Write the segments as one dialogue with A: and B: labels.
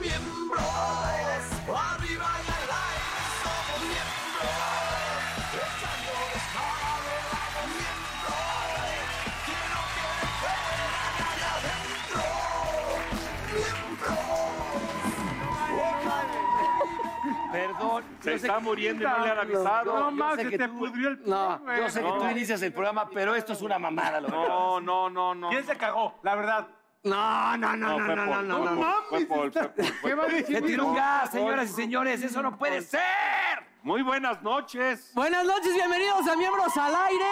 A: Miembros, arriba y al aire somos miembros, echando desmadre, vamos miembros, quiero que me fueran allá adentro,
B: Perdón,
C: Se está muriendo y no le han avisado. Yo
B: No, más
C: sé
B: se
C: que
B: te
C: tú-
B: pudrió el
C: No,
B: pie,
C: yo sé que
B: güey.
C: tú inicias el programa, pero esto es una mamada, lo que acabas
B: No, no, no, no.
C: de
B: ¿Quién
C: decir.
B: cagó? La verdad.
C: No, no, no,
B: No,
C: no, no,
B: fue
C: no,
B: Paul,
C: no,
B: fue
C: no.
B: Paul, fue Paul, fue Paul, fue
C: ¿Qué va a decir? Se tiró un gas, señoras y señores, eso no puede ser.
B: Paul. Muy buenas noches.
D: Buenas noches, bienvenidos a Miembros al Aire.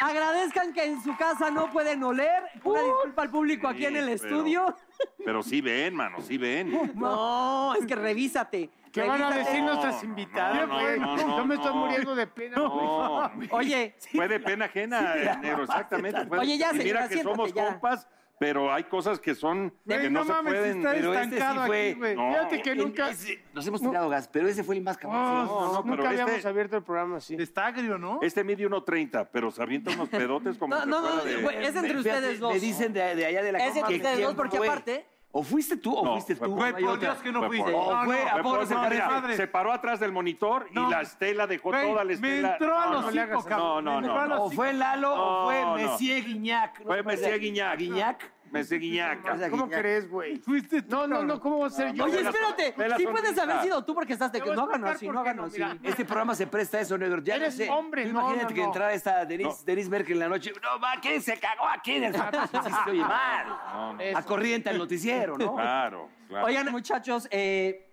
D: Agradezcan que en su casa no pueden oler. Una disculpa al público aquí en el
B: pero-
D: estudio.
B: Pero sí ven, mano, sí ven.
D: No, es que revísate.
E: ¿Qué van a
D: revísate.
E: decir nuestras
B: no,
E: invitadas?
B: no,
E: güey?
B: no, no,
E: Yo me estoy
B: no.
E: muriendo de pena.
B: No,
D: Oye,
B: fue de pena ajena, eh, negro, exactamente. fue de-
D: Oye, ya,
B: y
D: señora,
B: mira que
D: siéntate,
B: somos
D: ya.
B: compas, pero hay cosas que son
E: Güey,
B: que no,
E: no
B: se
E: mames,
B: pueden.
E: está
B: pero
C: este sí
E: estancado
C: fue-
E: aquí, güey.
B: No.
E: Fíjate que
C: En
E: nunca,
C: ese- Nos hemos tirado gas, pero ese fue el más cabrón.
B: No, no, pero
E: nunca habíamos
B: este-
E: abierto el programa así.
F: Está agrio, ¿no?
B: Este mide 1.30, pero se avienta unos pedotes como
D: No,
B: si
D: no, no,
B: fuera de-
D: güey, es entre
C: Fíjate,
D: ustedes dos.
C: Me dicen de, de allá de la
D: Es entre
C: que
D: ustedes
C: quién
D: dos, porque
C: fue.
D: aparte-
C: O fuiste tú o
B: No,
C: fuiste
B: fue
C: tú.
B: Paul.
C: no hay
F: por
C: otra.
F: Dios que no
B: Fue
F: fuiste.
B: Paul.
C: O
F: No,
C: fue
F: no,
C: a Paul,
B: Me puedo
C: se
B: sentar, mira,
C: parece.
F: madre.
B: se paró atrás del monitor y
F: No.
B: la estela dejó
F: Güey,
B: toda la
F: me
B: estela.
F: entró a
B: No,
F: los
B: no,
F: cinco,
B: No,
F: cabrón.
B: no,
F: Me entró a
B: no.
F: los
C: ¿O fue Lalo
B: No,
C: o
B: no.
C: fue Messier Guiñac? No
B: Fue
C: me acuerdo.
B: Messi Guiñac.
C: Guiñac.
B: Messi Guiñac.
C: O sea,
E: ¿Cómo
C: Guiñac.
E: crees, güey?
F: Fuiste tú, Ah,
E: No, no, no, ¿cómo va a ser yo?
D: oye,
B: la-
D: espérate.
B: ve la
D: Sí puedes
B: sonrisa.
D: haber sido tú porque estás de
E: Te
D: que
E: voy a
D: no hagan
E: explicar
D: así,
E: por
D: no
E: qué
D: hagan
E: no,
D: así.
E: mira.
C: Este programa se presta a eso, negro. Ya
E: Eres
C: no sé.
E: hombre,
C: Tú
E: no,
C: Imagínate
E: no,
C: que
E: no.
C: entrara esta Denise,
B: No.
C: Denise Merkel en la noche. No, va, ¿quién se cagó aquí en el fantasma? Sí, se oye mal.
B: No, no. Ah,
C: A corriente al noticiero, ¿no?
B: Claro, claro.
D: Oigan, muchachos, eh,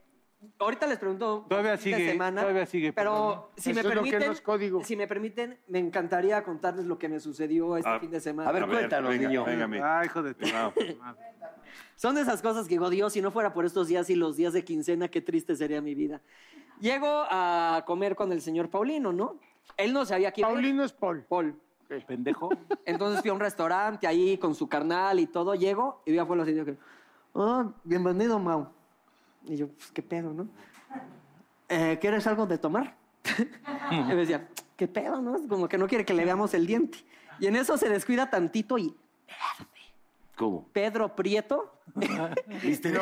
D: ahorita les pregunto.
F: Todavía
D: fin de
F: sigue,
D: semana,
F: todavía sigue,
D: Pero si
E: Eso
D: me,
E: es lo que
D: permiten,
E: nos código.
D: si me permiten, me encantaría contarles lo que me sucedió este
B: Ah,
D: fin de semana.
C: A ver, cuéntanos,
B: venga,
C: niño.
B: venga, mi-
F: Ah, hijo de tu
B: No.
F: madre.
D: Son de esas cosas que digo, Dios, si no fuera por estos días y los días de quincena, qué triste sería mi vida. Llego a comer con el señor Paulino, ¿no? Él no sabía quién era.
E: Paulino es Paul.
D: Paul.
C: Pendejo.
D: Entonces fui a un restaurante ahí con su carnal y todo. Llego y veo a Paul así, digo que, oh, bienvenido, Mau. Y yo, pues qué pedo, ¿no? "Eh, ¿Quieres algo de tomar? y me decía, qué pedo, ¿no? Es Como que no quiere que le veamos el diente. Y en eso se descuida tantito y
C: ¿Cómo?
D: Pedro Prieto. ¿Viste?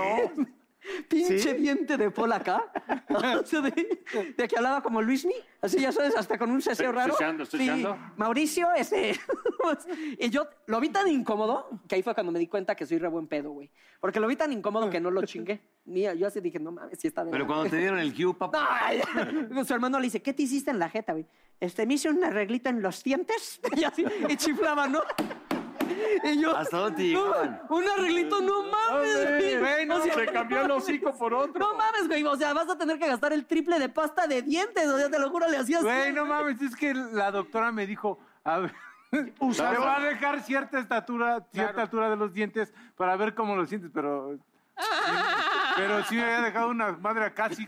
D: Pinche diente de Paul acá. O sea, de, de que hablaba como Luismi. Así, ya sabes, hasta con un seseo
B: Se-
D: raro.
B: seseando, seseando.
D: Mauricio, ese. y yo lo vi tan incómodo que ahí fue cuando me di cuenta que soy re buen pedo, güey. Porque lo vi tan incómodo que no lo chingué. Mira, yo así dije, no mames, si está de
C: Pero
D: la-
C: cuando te dieron el cue, papá.
D: Ay, Su hermano le dice, ¿qué te hiciste en la jeta, güey? Este, me hice un arreglito en los dientes. Y así, y chiflaba, ¿no? Y yo,
C: ¿Hasta dónde te llegaban?
D: "No, un arreglito, no mames, güey. O sea,
B: se cambió el hocico por otro.
D: No mames, güey. O sea, vas a tener que gastar el triple de pasta de dientes. O sea, te lo juro, le hacías.
F: Güey, no mames, es que la doctora me dijo, a ver, te va a dejar cierta estatura, cierta altura de los dientes para ver cómo los sientes, pero... pero sí me había dejado una madre acá, sí.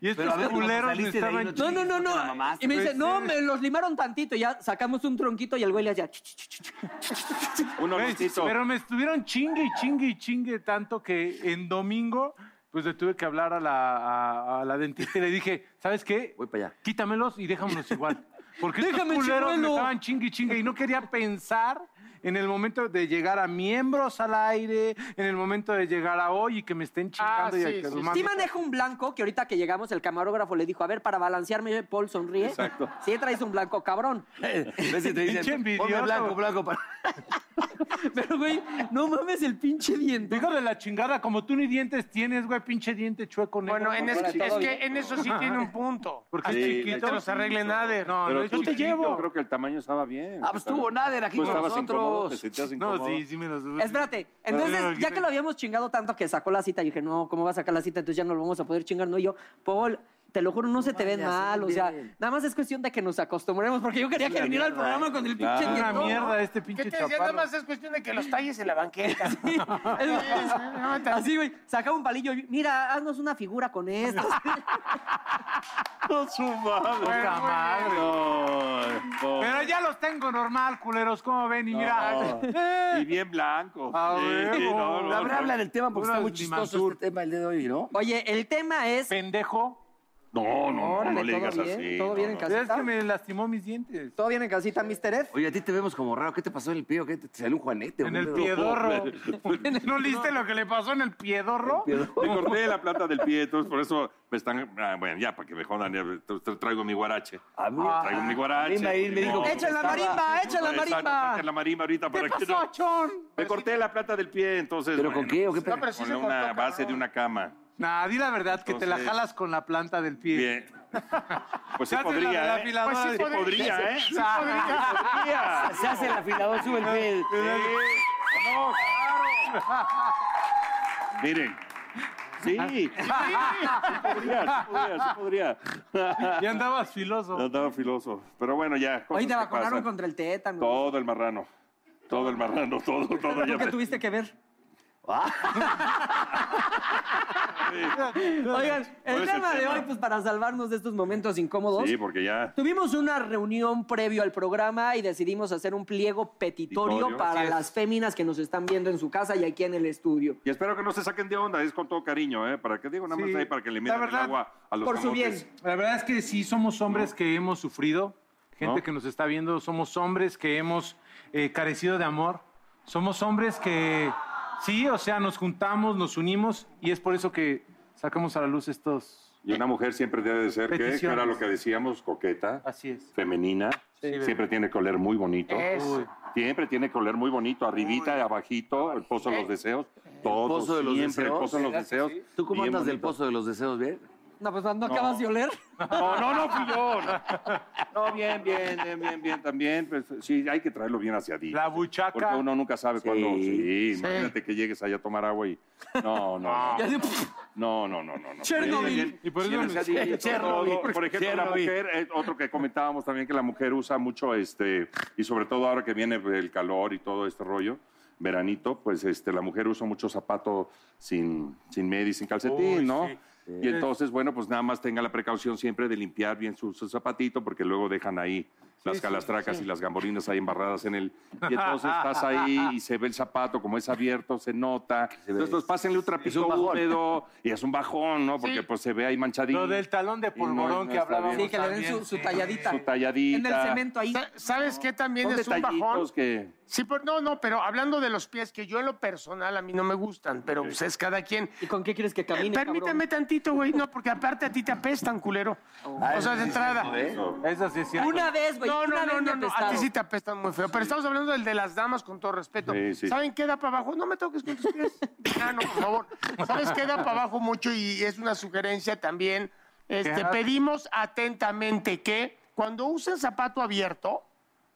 F: Y
C: Pero a ver,
F: estos
C: cuando
F: culeros me
C: saliste de ahí,
F: estaban...
C: no te-
D: No, no, no,
C: Te la
D: no.
C: mamaste,
D: Y me dice,
F: güey.
D: no, me los limaron tantito. Y ya sacamos un tronquito y el güey le hacía. "Ch, ch, ch, ch".
B: Un
F: Güey,
B: olorcito.
F: pero me estuvieron chingue y chingue y chingue tanto que en domingo, pues le tuve que hablar a la, a- a la dentista y le dije, ¿sabes qué?
C: Voy para allá.
F: Quítamelos y déjamelos igual. Porque estos
D: Déjame el
F: culeros me
D: chimuelo.
F: estaban chingue y chingue y no quería pensar en el momento de llegar a miembros al aire, en el momento de llegar a hoy y que me estén chingando y
E: Ah, sí,
F: a que
E: sí,
F: los
E: sí.
F: manden.
D: Sí manejo un blanco que ahorita que llegamos el camarógrafo le dijo, a ver, para balancearme, Paul sonríe. Exacto. Sí traes un blanco, cabrón.
C: ¿Ves si te
F: Pinche
C: dicen,
F: envidioso.
C: ponme blanco, blanco para...
D: Pero, güey, no mames el pinche diente.
F: Hijo de la chingada, como tú ni dientes tienes, güey, pinche diente chueco negro.
E: Bueno, en es,
F: Ahora
E: es
F: todo bien.
E: que en eso sí tiene un punto.
F: Porque
E: Hasta
F: es
E: que
F: chiquito.
E: no los arregle nadie.
F: ¿eh? No,
B: Pero
F: no es
B: tú te
F: chiquito.
B: llevo. Creo que el tamaño estaba bien.
C: Ah, pues tuvo Nader aquí
B: Tú
C: con
B: estabas incómodo, te
C: nosotros.
B: sentías incómodo.
F: No, sí, sí me los...
D: eh, Espérate, entonces ya que lo habíamos chingado tanto que sacó la cita, yo dije, no, ¿cómo va a sacar la cita? Entonces ya no lo vamos a poder chingar, no Y yo. Paul, te lo juro, no se te ven mal, o sea, nada más es cuestión de que nos acostumbremos, porque yo quería que viniera al programa con el pinche
F: Es una
D: dientón, ¿no?
F: mierda este
E: ¿Qué
F: pinche
E: te decía? Nada
F: chaparro.
E: más es cuestión de que los talles en la banqueta.
D: Es- es- Así, güey, sacaba un palillo, y, mira, haznos una figura con esto.
B: su madre.
F: Poca madre.
B: No, no.
F: Pero ya los tengo normal, culeros, ¿cómo ven? Y mira...
B: Y bien blanco.
F: A
B: Sí,
F: huevo.
B: sí, no, no,
F: La
C: Habla,
B: no.
C: habla del tema porque está
F: Unas
C: muy chistoso
F: Limansur.
C: este tema el día de hoy, ¿no?
D: Oye, el tema es...
F: Pendejo.
B: No, no, no, no,
D: Órale,
B: le digas
D: todo bien,
B: así.
D: todo
B: no,
D: bien en
B: no.
D: casa.
F: Es que me lastimó mis dientes.
D: ¿Todo bien en casita, Mr. Ed?
C: Oye, a ti te vemos como raro. ¿Qué te pasó en el pie? ¿O ¿Qué te, te salió un juanete?
F: En el
C: boludo?
F: piedorro. ¿No leíste lo que le pasó en el piedorro?
B: Me corté la plata del pie, entonces por eso me están. ah, bueno, ya, para que me jodan, ya, entonces traigo mi guarache.
C: A mí,
B: Traigo mi guarache.
C: a mí Maíl me dijo
B: No,
C: que
D: ¡Echa la
C: estaba-
D: marimba, echa la
B: Exacto,
D: marimba!
B: saca la marimba ahorita para que no- Me corté la plata del pie, entonces.
C: ¿Pero con qué? ¿O qué
B: pues,
C: pe-
E: pero sí
B: con
E: se cortó,
B: una
E: cabrón.
B: base de una cama.
F: Nah, di la verdad, que te la
B: Entonces-
F: jalas con la planta del pie.
B: Bien. Pues
F: Se hace la de
B: sí
F: la
B: podría, ¿eh?
F: afiladora.
E: Pues sí
B: Sí podría, ¿eh? Sí podría.
C: Se hace el afilador, sube el pie.
B: Sí. No, claro. Miren. Sí. Sí, podría, sí podría, sí podría.
F: Ya andabas filoso.
B: No andaba filoso. Pero bueno, ya. cosas
D: Oye, te
B: que
D: vacunaron
B: pasan.
D: contra el tétano.
B: Todo el marrano. Todo el marrano, todo, todo.
D: ¿Tú
B: ya
D: qué
B: me-
D: tuviste que ver? Oigan, el
B: ¿Cuál es el
D: tema de
B: tema?
D: hoy, pues para salvarnos de estos momentos incómodos,
B: Sí, porque ya.
D: tuvimos una reunión previo al programa y decidimos hacer un pliego petitorio
B: Petitorio,
D: para
B: así es.
D: las féminas que nos están viendo en su casa y aquí en el estudio.
B: Y espero que no se saquen de onda, es con todo cariño, ¿eh? Para que digo nada más
F: Sí.
B: ahí, para que le
F: La
B: metan el
F: verdad,
B: agua a los
D: Por su bien.
B: camotes.
F: La verdad es que sí somos hombres que hemos sufrido, gente
B: No.
F: que nos está viendo, somos hombres que hemos eh, carecido de amor, somos hombres que sí, o sea, nos juntamos, nos unimos y es por eso que sacamos a la luz estos...
B: Y una mujer siempre debe de ser, ¿qué? que era
F: Peticiones.
B: lo que decíamos, coqueta,
F: Así es. Eh,
B: femenina, siempre tiene que oler muy bonito.
E: Eso.
B: Siempre tiene que oler muy bonito, arribita, abajito, el pozo de los deseos, todo,
C: pozo de los
B: siempre
C: deseos.
B: el pozo de los deseos.
C: ¿Tú cómo
B: bien
C: andas del
B: bonito.
C: pozo de los deseos, bien?
D: No, pues no, acabas de oler.
B: No, no, no fui yo. No, No, bien, bien, bien, bien, bien, también. pues, sí, hay que traerlo bien hacia ti.
F: La buchaca.
B: Porque uno nunca sabe
C: Sí.
B: cuándo. Sí, imagínate que llegues allá a tomar agua y. No, no.
D: Y
B: no.
D: así,
B: No, no, no, no. no.
D: Chernobyl.
B: Bien,
F: Y por eso
B: bien
F: me-
B: hacia ti, todo.
C: Chernobyl.
B: Por ejemplo, la
C: Chernobyl.
B: mujer, eh, otro que comentábamos también que la mujer usa mucho este, y sobre todo ahora que viene el calor y todo este rollo, veranito, pues este, la mujer usa mucho zapato sin, sin media y sin calcetín,
F: Uy,
B: ¿no?
F: sí.
B: Y entonces, bueno, pues nada más tenga la precaución siempre de limpiar bien su, su zapatito, porque luego dejan ahí las calastracas y las gamborinas ahí embarradas en el. Y entonces estás ahí y se ve el zapato, como es abierto, se nota. Entonces, pues, pásenle un trapito húmedo y es un bajón, ¿no? Porque pues se ve ahí manchadito.
F: Lo del talón de
B: Y no,
F: polvorón
B: no
F: que
B: está
F: hablábamos.
B: bien.
D: Sí, que le den
F: también,
D: su, su
F: sí.
D: talladita.
B: Su talladita.
D: En el cemento ahí.
E: Sa- ¿Sabes qué también
B: Son
E: es un bajón?
B: detallitos que.
E: Sí, pero no, no, pero hablando de los pies, que yo en lo personal a mí no me gustan, pero pues es cada quien.
D: ¿Y con qué quieres que
E: Eh,
D: camine,
E: Permíteme tantito, güey. No, porque aparte a ti te apestan, culero. o sea, de entrada.
F: Eso sí es cierto.
D: cabrón? Una vez, güey,
E: No,
D: una vez
E: no, no,
D: me
E: no, no, a
D: apestaron.
E: ti sí te apestan muy feo. Pero estamos hablando del de las damas con todo respeto.
B: Sí, sí.
E: ¿Saben qué da para abajo? No me toques con tus pies. Ah, no, por favor. ¿Sabes qué da para abajo mucho? Y es una sugerencia también. Este,
F: Ajá.
E: pedimos atentamente que cuando usen zapato abierto,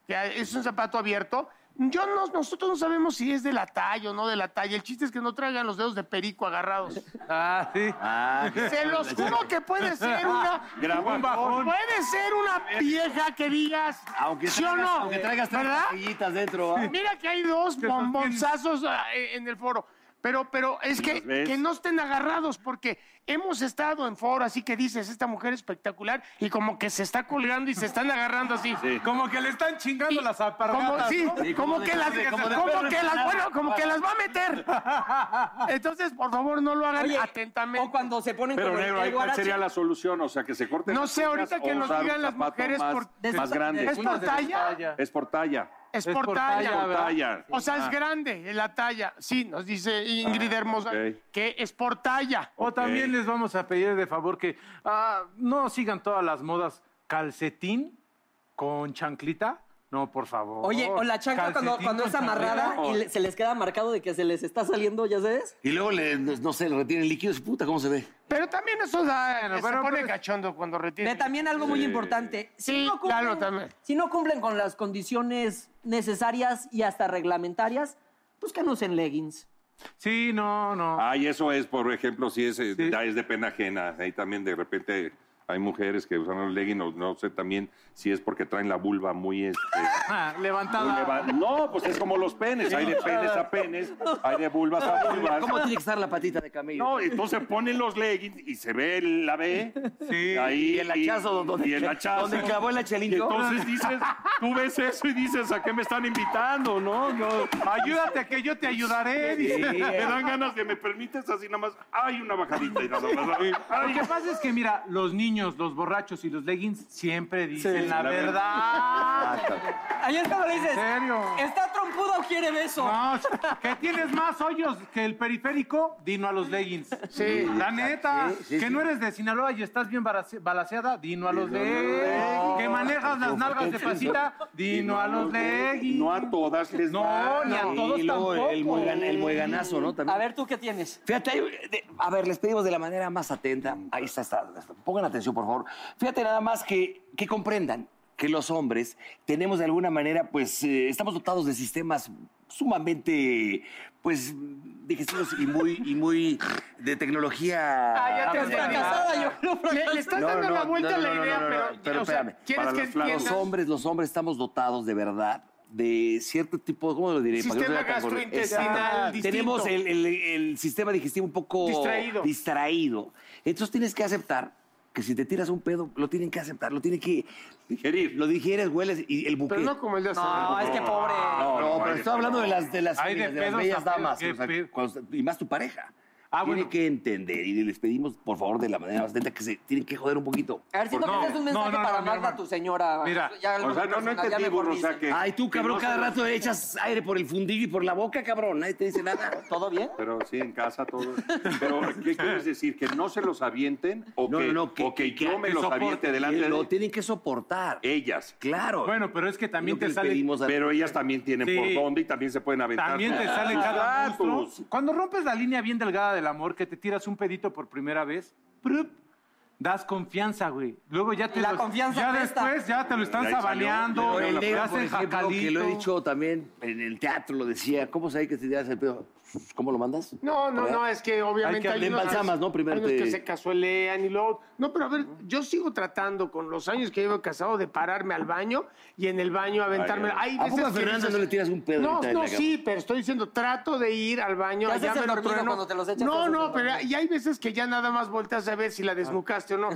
E: que es un zapato abierto, yo no, nosotros no sabemos si es de la talla o no de la talla. El chiste es que no traigan los dedos de perico agarrados.
F: Ah, sí.
C: Ah,
E: Se los juro que puede ser una.
B: Grabó.
F: Un bajón.
E: Puede ser una vieja que digas.
C: aunque
E: ¿sí o
C: traigas,
E: no?
C: aunque traigas tres
E: ¿Verdad?
C: pastillitas dentro, ¿ah?
E: Mira que hay dos
F: los
E: bombonzazos ah, eh, en el foro. Pero, pero es que,
B: los ves.
E: que no estén agarrados, porque hemos estado en foro, así que dices, esta mujer espectacular, y como que se está colgando y se están agarrando así.
B: Sí.
F: Como que le están chingando las
E: Como,
F: alpargatas.
E: sí,
F: ¿no?
C: Sí,
E: como
C: como de-
E: que las,
C: como de
E: como
C: perro
E: que las,
C: empinado.
E: bueno, como que las va a meter. Entonces, por favor, no lo hagan
D: Oye,
E: atentamente.
D: O cuando se ponen
B: Pero
D: como el-
B: negro,
D: el
B: ahí cuál
D: guarache.
B: sería la solución, o sea, que se corten.
E: No
B: las
E: sé,
B: tiras
E: ahorita que
B: o
E: nos
B: usar un
E: digan las
B: zapato
E: mujeres
B: más,
E: por-
D: de-
B: más grande.
E: es
B: Es,
E: por
F: Unas de las
E: talla.
F: tallas.
B: por talla.
E: Es
F: Es
E: por
F: por
E: talla,
F: talla,
E: ¿verdad?
B: talla.
E: O sea, es grande eh, la talla. Sí, nos dice Ingrid Hermosa
B: ok.
E: que es por talla.
F: O también les vamos a pedir de favor que ah, no sigan todas las modas calcetín con chanclita, No, por favor.
D: Oye, o la chancla cuando,
F: Calcetín
D: cuando es
F: con
D: amarrada
F: cadena.
D: y le- se les queda marcado de que se les está saliendo, ¿ya sabes?
G: Y luego, le, no no sé, le retienen líquidos. Puta, ¿cómo se ve?
E: Pero también eso da,
F: Bueno,
E: se
F: pero-
E: pone
G: pues,
F: pero-
E: cachondo cuando
D: Ve,
E: retiene.
D: también algo muy importante. Si,
E: Sí,
D: no cumplen,
E: Lalo, también.
D: si no cumplen con las condiciones necesarias y hasta reglamentarias, pues que no usen leggings.
F: Sí, no, no.
B: Ay, eso es, por ejemplo, si es, eh,
F: Sí.
B: da- es de pena ajena. Ahí también de repente hay mujeres que usan los leggings, o no sé también si es porque traen la vulva muy... Este,
F: Ah,
B: muy
F: levantada.
B: leva- no, pues es como los penes. Hay de penes a penes, hay de vulvas a vulvas.
G: ¿Cómo tiene que estar la patita de camello?
B: No, entonces ponen los leggings y se ve la B.
F: Sí.
B: Ahí,
G: Y el hachazo donde,
B: y el hachazo.
G: donde clavó el
B: Y
G: achelito.
B: entonces dices, tú ves eso y dices, ¿a qué me están invitando? No, no.
F: Ayúdate que yo te ayudaré. dice.
B: Me dan ganas de, ¿me permites? Así nada más, hay una bajadita y nada más. ay, ay,
F: Lo que pasa es que, mira, los niños, los borrachos y los leggings siempre dicen la,
B: la
F: verdad.
D: Ahí es cuando le dices,
F: ¿En serio?
D: ¿está trompudo o quiere beso?
F: No, que tienes más hoyos que el periférico, dino a los leggings. Sí. La neta. que no eres de Sinaloa y estás bien barace- balaseada, dino a los leggings. Que manejas las nalgas de pasita, dino a los leggings.
B: No a todas les
F: No,
B: da.
F: ni a todos
G: y luego
F: tampoco.
G: el, muegan- el mueganazo, ¿no? También.
D: A ver, ¿tú qué tienes?
G: Fíjate, hay- de- a ver, les pedimos de la manera más atenta. Ahí está, está, está. Pongan atención, por favor. Fíjate nada más que, que comprendan que los hombres tenemos de alguna manera, pues, eh, estamos dotados de sistemas sumamente, pues, digestivos y muy, y muy de tecnología.
E: Ah, ya te
G: Ah,
E: has
G: pues,
D: Fracasada, yo creo,
E: Le, le
D: fracasada.
E: estás
G: No,
E: dando
G: no,
E: la vuelta
G: no,
E: a la
G: no, no,
E: idea,
G: no, no,
E: pero,
G: no, pero
E: o sea,
G: espérame.
E: ¿quieres
B: Para
E: que
B: los flacos
E: entiendas?
G: Los hombres, los hombres estamos dotados de verdad de cierto tipo, ¿cómo lo diré? Para que
E: Sistema
G: no sea tan gordo.
E: gastrointestinal
G: Exacto.
E: distinto.
G: Tenemos el, el- el sistema digestivo un poco
E: Distraído.
G: distraído. Entonces tienes que aceptar que si te tiras un pedo, lo tienen que aceptar, lo tienen que
B: Digerir.
G: Lo digieres, hueles y el buque.
E: Pero no como el de hace
D: No, es que pobre.
G: No,
B: no,
G: pero
B: hay
G: estoy
B: de-
G: hablando de las, de las,
F: Hay de
G: féminas, de las
F: pedos a
G: bellas
F: pedos,
G: damas.
F: qué
G: o sea,
F: pedo.
G: cuando- y más tu pareja.
F: Ah,
G: tiene
F: bueno.
G: que entender y les pedimos, por favor, de la manera más atenta que se tienen que joder un poquito.
D: A ver si no
F: No,
D: tienes un
F: no,
D: mensaje
F: no, no,
D: para
F: mi
D: Magda,
F: hermano.
D: tu señora.
F: Mira,
D: Ya
B: O sea, no, no
D: personal, ya
B: entendí,
D: mejor
B: burro, o sea
D: dicen.
B: que...
G: Ay, tú,
B: que
G: cabrón,
B: no
G: cada
B: se-
G: rato echas aire por el fundillo y por la boca, cabrón. Nadie te dice nada.
D: ¿Todo bien?
B: Pero sí, en casa todo. Pero, ¿qué quieres decir? ¿Que no se los avienten o
G: No,
B: que,
G: no, no, que-
B: o que,
G: que-
B: yo me
F: que
B: los
F: soporte,
B: aviente delante
G: Eh, Lo
B: de Eh,
G: tienen que soportar.
B: ellas?
G: Claro.
F: Bueno, pero es que también
G: Lo que
F: te
G: les
F: sale.
G: pedimos a-
B: Pero ellas también tienen
F: Sí.
B: por dónde y también se pueden aventar.
F: También te
B: sus
F: sale cada
B: datos.
F: monstruo. Cuando rompes la línea bien delgada del amor, que te tiras un pedito por primera vez, ¡prup! das confianza, güey. Luego ya te
D: La
F: los-
D: confianza
F: Ya
D: apesta.
F: después ya te lo están
B: Ahí salió.
F: sabaneando,
G: Pero el
F: te
G: negro, por
F: hacen
G: ejemplo, que
F: jacalito.
G: lo he dicho también en el teatro, lo decía. ¿Cómo sabes que te tiras el pedo? ¿Cómo lo mandas?
E: No, no, no, es que obviamente
G: Hay que-
E: hay unos,
G: embalsamas, ¿no? Primero
E: hay unos
G: te-
E: que se casuelean y luego... No, pero a ver, yo sigo tratando con los años que llevo casado de pararme al baño y en el baño aventarme... Hay
G: ¿A poco
E: veces
G: a
E: que
G: Fernanda
E: dices-
G: no le tiras un pedo
E: No,
G: ahorita en
E: no,
G: la cama?
E: sí, pero estoy diciendo, trato de ir al baño...
D: Te haces el
E: allá me lo
D: dormido
E: trueno.
D: cuando te los echas, te
E: No,
D: haces el
E: no, pero
D: dormido.
E: y hay veces que ya nada más volteas a ver si la desnucaste o no.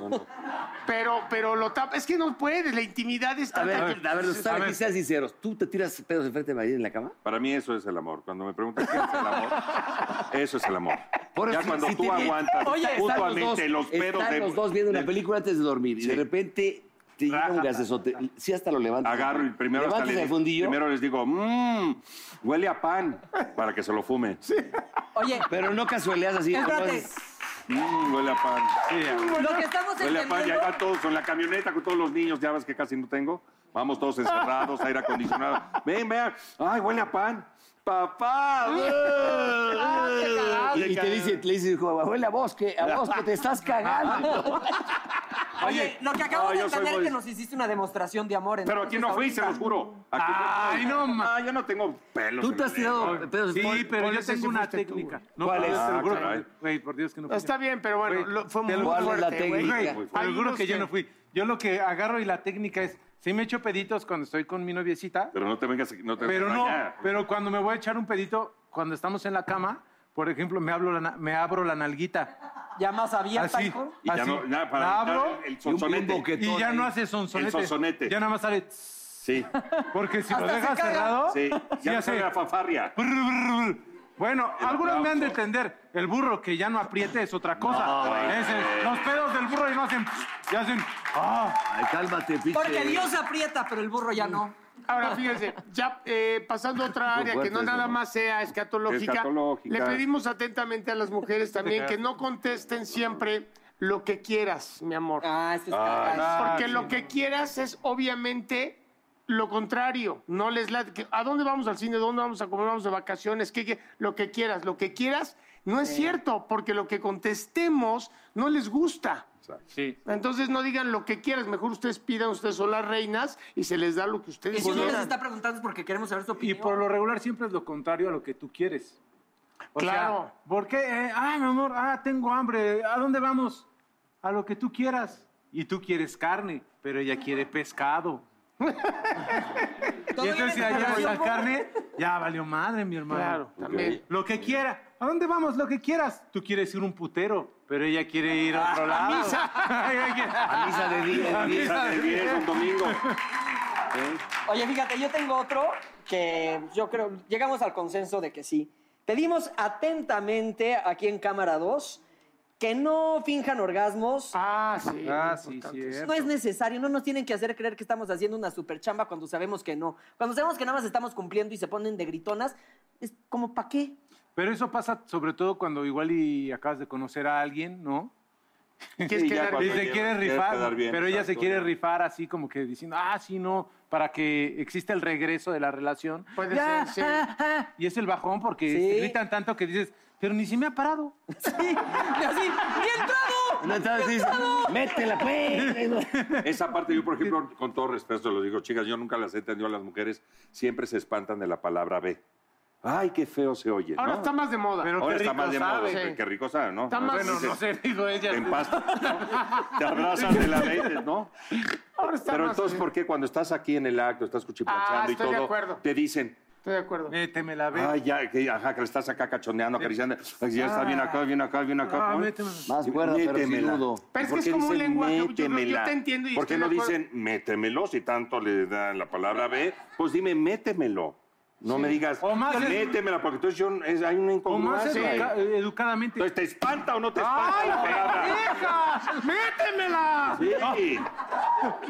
E: Pero, pero lo tapas... Es que no puedes, la intimidad es
G: A ver,
E: tanta
G: a
E: que-
G: ver, a ver, Susana,
F: A ver.
G: aquí sean sinceros. ¿Tú te tiras pedos enfrente de María en la cama?
B: Para mí eso es el amor. Cuando me preguntan qué es el amor, eso es el amor.
G: Por
B: ya
G: eso,
B: cuando
G: si
B: tú
G: te-
B: aguantas
D: Oye, están los
B: mutuamente los, pedos
G: están
B: de...
G: los dos viendo una película antes de dormir y de repente te llega un
B: Raja.
G: gasesote. Sí, hasta lo levantas.
B: Agarro y primero, hasta
G: levantas
B: les,
G: el fundillo.
B: primero les digo, mmm, huele a pan, para que se lo fume.
D: Oye,
G: Pero no casualeas así.
D: Espérate.
G: nomás-
B: Mmm, huele a pan.
D: lo que estamos
B: Huele a pan, y ahí
D: entendiendo...
B: van todos con la camioneta, con todos los niños, ya ves que casi no tengo. Vamos todos encerrados, aire acondicionado. Ven, vean. Ay, huele a pan. Papá.
G: Y, y te dice, le dice, hijo, abuela, a vos que, a vos que te estás cagando.
D: Oye, lo que acabo
B: Ah,
D: de
B: yo soy
D: entender es
B: muy-
D: que nos hiciste una demostración de amor.
B: Pero aquí no fui,
D: fuiste,
B: se los juro. Aquí
F: Ay, no, ma-
B: Ah, yo no tengo pelos.
G: Tú
B: en
G: te
B: la
G: has tirado
B: lengua.
G: pedos.
F: Sí,
G: Paul,
F: pero
G: Paul,
F: yo
G: ese sí
F: tengo una
G: fuiste tú,
F: técnica.
G: güey.
F: No,
G: ¿Cuál
F: pero
G: es?
F: te lo
B: Ah,
F: juro,
B: caray.
F: Güey, por Dios que no fui.
E: Está bien, pero bueno,
F: Güey,
E: lo- fue
F: te
E: muy
F: lo
G: juro, ¿cuál es la
E: fuerte, güey.
G: técnica?
F: Güey,
B: Hay
F: te lo juro
E: unos
F: que yo no fui. Yo lo que agarro y la técnica es, sí me echo peditos cuando estoy con mi noviecita,
B: Pero no te vengas. No te
F: Pero no,
B: allá.
F: pero cuando me voy a echar un pedito, cuando estamos en la cama, por ejemplo, me, hablo la na- me abro la nalguita.
D: Ya más
B: Ah,
D: abierta,
F: Así,
D: hijo.
B: Y ya
F: así.
B: no, nada, para
F: la
B: evitar
F: abro
B: el, el sonsonete.
G: Y un boquetón.
F: y ya no
G: ahí.
F: hace sonsonete.
B: El sonsonete.
F: Ya nada más sale... tss,
B: Sí,
F: Porque si lo
D: Hasta se
F: dejas
D: caga.
F: cerrado...
B: sí.
F: sí
B: Ya no
F: hace
B: sale la fanfarria.
F: brr, brr, brr. Bueno,
B: El
F: algunos me han de
B: aplauso.
F: entender. El burro que ya no apriete es otra cosa.
B: güey.
F: Es el- los pedos del burro y no hacen... tss, Y hacen... ah.
G: Ay, cálmate, pinche.
D: Porque Dios aprieta, pero el burro ya no.
E: Ahora, fíjense, ya eh, pasando a otra área que no
G: fuerte
E: nada
G: eso, ¿no?
E: más sea escatológica,
B: Escatológica.
E: le pedimos atentamente a las mujeres también que no contesten siempre lo que quieras, mi amor.
D: Ah, este es
B: Ah,
D: cagado.
B: no.
E: Porque lo que quieras es obviamente lo contrario, no les late. que, ¿A dónde vamos al cine? ¿Dónde vamos a comer? ¿Vamos de vacaciones? ¿Qué, qué? Lo que quieras, lo que quieras. No es cierto, porque lo que contestemos no les gusta.
D: Sí.
E: Entonces no digan lo que quieras, mejor ustedes pidan, ustedes son las reinas y pues se les da lo que ustedes
D: Y si no les
E: quieran.
D: está preguntando es porque queremos saber su
F: Y
D: opinión.
F: por lo regular siempre es lo contrario a lo que tú quieres. O sea,
E: Claro.
F: ¿Por qué? Eh, ah, mi amor, ah, tengo hambre. ¿A dónde vamos? A lo que tú quieras. Y tú quieres carne, pero ella quiere pescado.
D: Todo
F: y entonces
D: viene
F: si
D: de
F: allá
D: relación
F: la
D: con-
F: carne, ya valió madre, mi hermano.
E: Claro, también.
F: Lo que quiera. ¿A dónde vamos? Lo que quieras. Tú quieres ir un putero, pero ella quiere ir a otro lado.
E: misa.
F: Ella quiere-
G: A misa de día. de día.
B: Misa de diez, un domingo.
D: Oye, fíjate, yo tengo otro que yo creo, llegamos al consenso de que sí. Pedimos atentamente aquí en Cámara 2 que no finjan orgasmos.
E: Ah, sí.
F: Ah, sí,
E: importante.
F: cierto.
D: No es necesario, no nos tienen que hacer creer que estamos haciendo una super chamba cuando sabemos que no. Cuando sabemos que nada más estamos cumpliendo y se ponen de gritonas, es como, ¿para qué?
F: Pero eso pasa sobre todo cuando igual y acabas de conocer a alguien, ¿no?
E: ¿Quieres
B: Sí, ya
E: quedar
B: cuando
F: Y se
B: llegas,
F: quiere
B: quieres
F: rifar,
B: quedar bien,
F: pero ella se
B: exacto.
F: quiere rifar así como que diciendo, ah, sí, no, para que exista el regreso de la relación.
E: Puede
F: Ya,
E: ser, sí.
F: ah, ah. Y es el bajón porque
D: Sí.
F: te gritan tanto que dices, pero ni si me ha parado.
D: Sí, y así, ¡bien entrado!
G: No, entonces dices, métela, pues.
B: Esa parte, yo, por ejemplo, con todo respeto, lo digo, chicas, yo nunca las he entendido a las mujeres, siempre se espantan de la palabra B. Ay, qué feo se oye.
E: Ahora
B: ¿no?
E: está más de moda.
F: Pero
B: Ahora
F: qué
B: está
F: rico
B: más de moda.
F: sabe.
B: Qué- Qué rico sabe, ¿no?
E: Está más-
B: Entonces,
F: Bueno, no
B: dices,
F: sé, digo ella.
B: Te empastas, ¿no? Te abrazas de la ley, ¿no?
E: Ahora está
B: Pero
E: más-
B: entonces, ¿por qué cuando estás aquí en el acto, estás cuchipanchando
E: Ah,
B: y
E: estoy de
B: todo,
E: acuerdo.
B: te dicen,
E: Estoy de acuerdo.
F: Méteme la ve.
B: ay, Ah, ya, que, ajá, que le estás acá cachoneando, acariciando, ay, ya está bien acá, bien acá, bien acá.
F: Ah,
B: ¿no?
F: métemela.
G: Más cuerda, pero sin
B: Métemela.
G: nudo.
E: Pero es
B: ¿Por
E: que es
B: qué
E: como un
B: dicen
E: lenguaje, yo- yo- yo te
B: métemela?
E: entiendo y
B: ¿Por qué
E: estoy
B: no
E: de acuerdo.
B: dicen métemelo si tanto le dan la palabra B? Pues dime métemelo. No me digas
F: O más es-
B: métemela, porque entonces yo- es- hay una
F: O más
B: incongruencia.
F: educa- eh,
B: ahí.
F: educadamente.
B: Entonces, ¿te espanta o no te espanta la palabra?
E: ¡Hija! ¡Métemela!
B: Sí.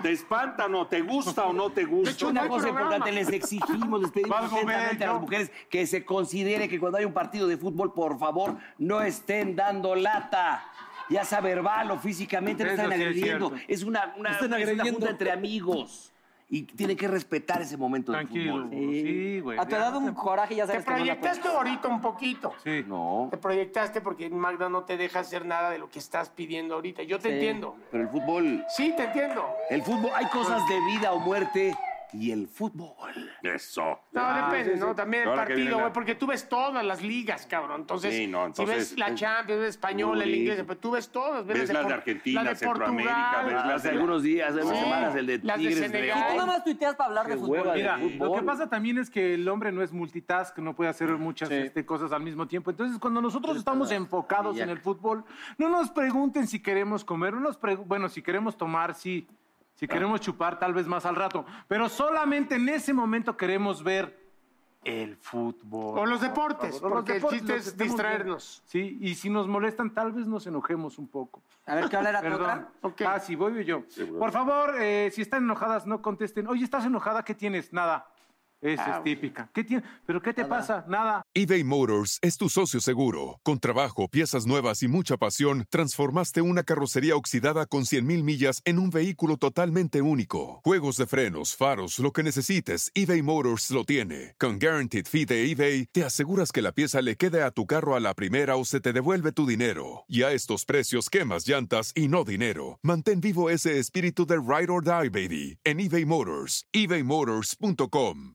B: ¿Te espanta o no? ¿Te gusta o no te gusta?
G: Una
E: Hay
G: cosa
E: programa.
G: importante, les exigimos, les pedimos
F: Valgo
G: atentamente a
F: bello.
G: las mujeres que se considere que cuando hay un partido de fútbol, por favor, no estén dando lata. Ya sea verbal o físicamente, no
F: Eso
G: están
F: sí es
G: agrediendo.
F: cierto.
G: Es una, una,
D: Están
G: es una
D: agrediendo.
G: junta entre amigos. Y tienen que respetar ese momento del
F: Tranquilo.
G: fútbol.
F: Sí, güey.
D: A tu edad un coraje ya
E: Te
D: sabes que no la puedes.
E: proyectaste ahorita un poquito.
F: Sí.
G: No,
E: Te proyectaste porque Magda no te deja hacer nada de lo que estás pidiendo ahorita. Yo te
D: Sí.
E: entiendo.
G: pero el fútbol,
E: Sí, te entiendo.
G: el fútbol, hay cosas de vida o muerte y el fútbol.
B: Eso.
E: No, depende, ¿no? También el
B: Ah, Ahora que viene
E: partido,
B: la-
E: güey, porque tú ves todas las ligas, cabrón. Entonces,
B: Sí, no, entonces-
E: si ves la Champions, ves española, la
B: Sí.
E: inglesa, pero pues tú ves todas.
B: Ves las de
E: Por-
B: Argentina,
E: la de
B: Centroamérica,
E: Portugal,
B: ves las
G: Hace algunos días, hace unas
E: Sí,
G: semanas, el de
E: las de
G: Tigres. de-
E: Senegal.
D: Y tú nada más tuiteas para hablar
G: Qué
D: de fútbol.
G: hueva de
F: Mira, lo que
G: fútbol.
F: pasa también es que el hombre no es multitask, no puede hacer muchas este, cosas al mismo tiempo. Entonces, cuando nosotros estamos enfocados en el fútbol, no nos pregunten si queremos comer, no nos pregu- bueno, si queremos tomar, sí. Si queremos chupar, tal vez más al rato. Pero solamente en ese momento queremos ver el fútbol.
E: O los deportes,
F: Por favor, los
E: porque el
F: deportes,
E: chiste
F: lo
E: es
F: que estemos
E: distraernos.
F: viendo. Sí, y si nos molestan, tal vez nos enojemos un poco.
D: A ver, ¿qué hora era tu
F: Perdón.
D: otra?
E: Ok.
F: Ah, sí, voy yo. Por favor, eh, si están enojadas, no contesten. Oye, ¿estás enojada? ¿Qué tienes? Nada. Esa es típica. ¿Qué tienes? ¿Pero qué te pasa? Nada.
H: eBay Motors es tu socio seguro. Con trabajo, piezas nuevas y mucha pasión, transformaste una carrocería oxidada con 100.000 millas en un vehículo totalmente único. Juegos de frenos, faros, lo que necesites, eBay Motors lo tiene. Con Guaranteed Fee de eBay, te aseguras que la pieza le quede a tu carro a la primera o se te devuelve tu dinero. Y a estos precios, quemas llantas y no dinero. Mantén vivo ese espíritu de Ride or Die, baby, en eBay Motors. ebaymotors.com.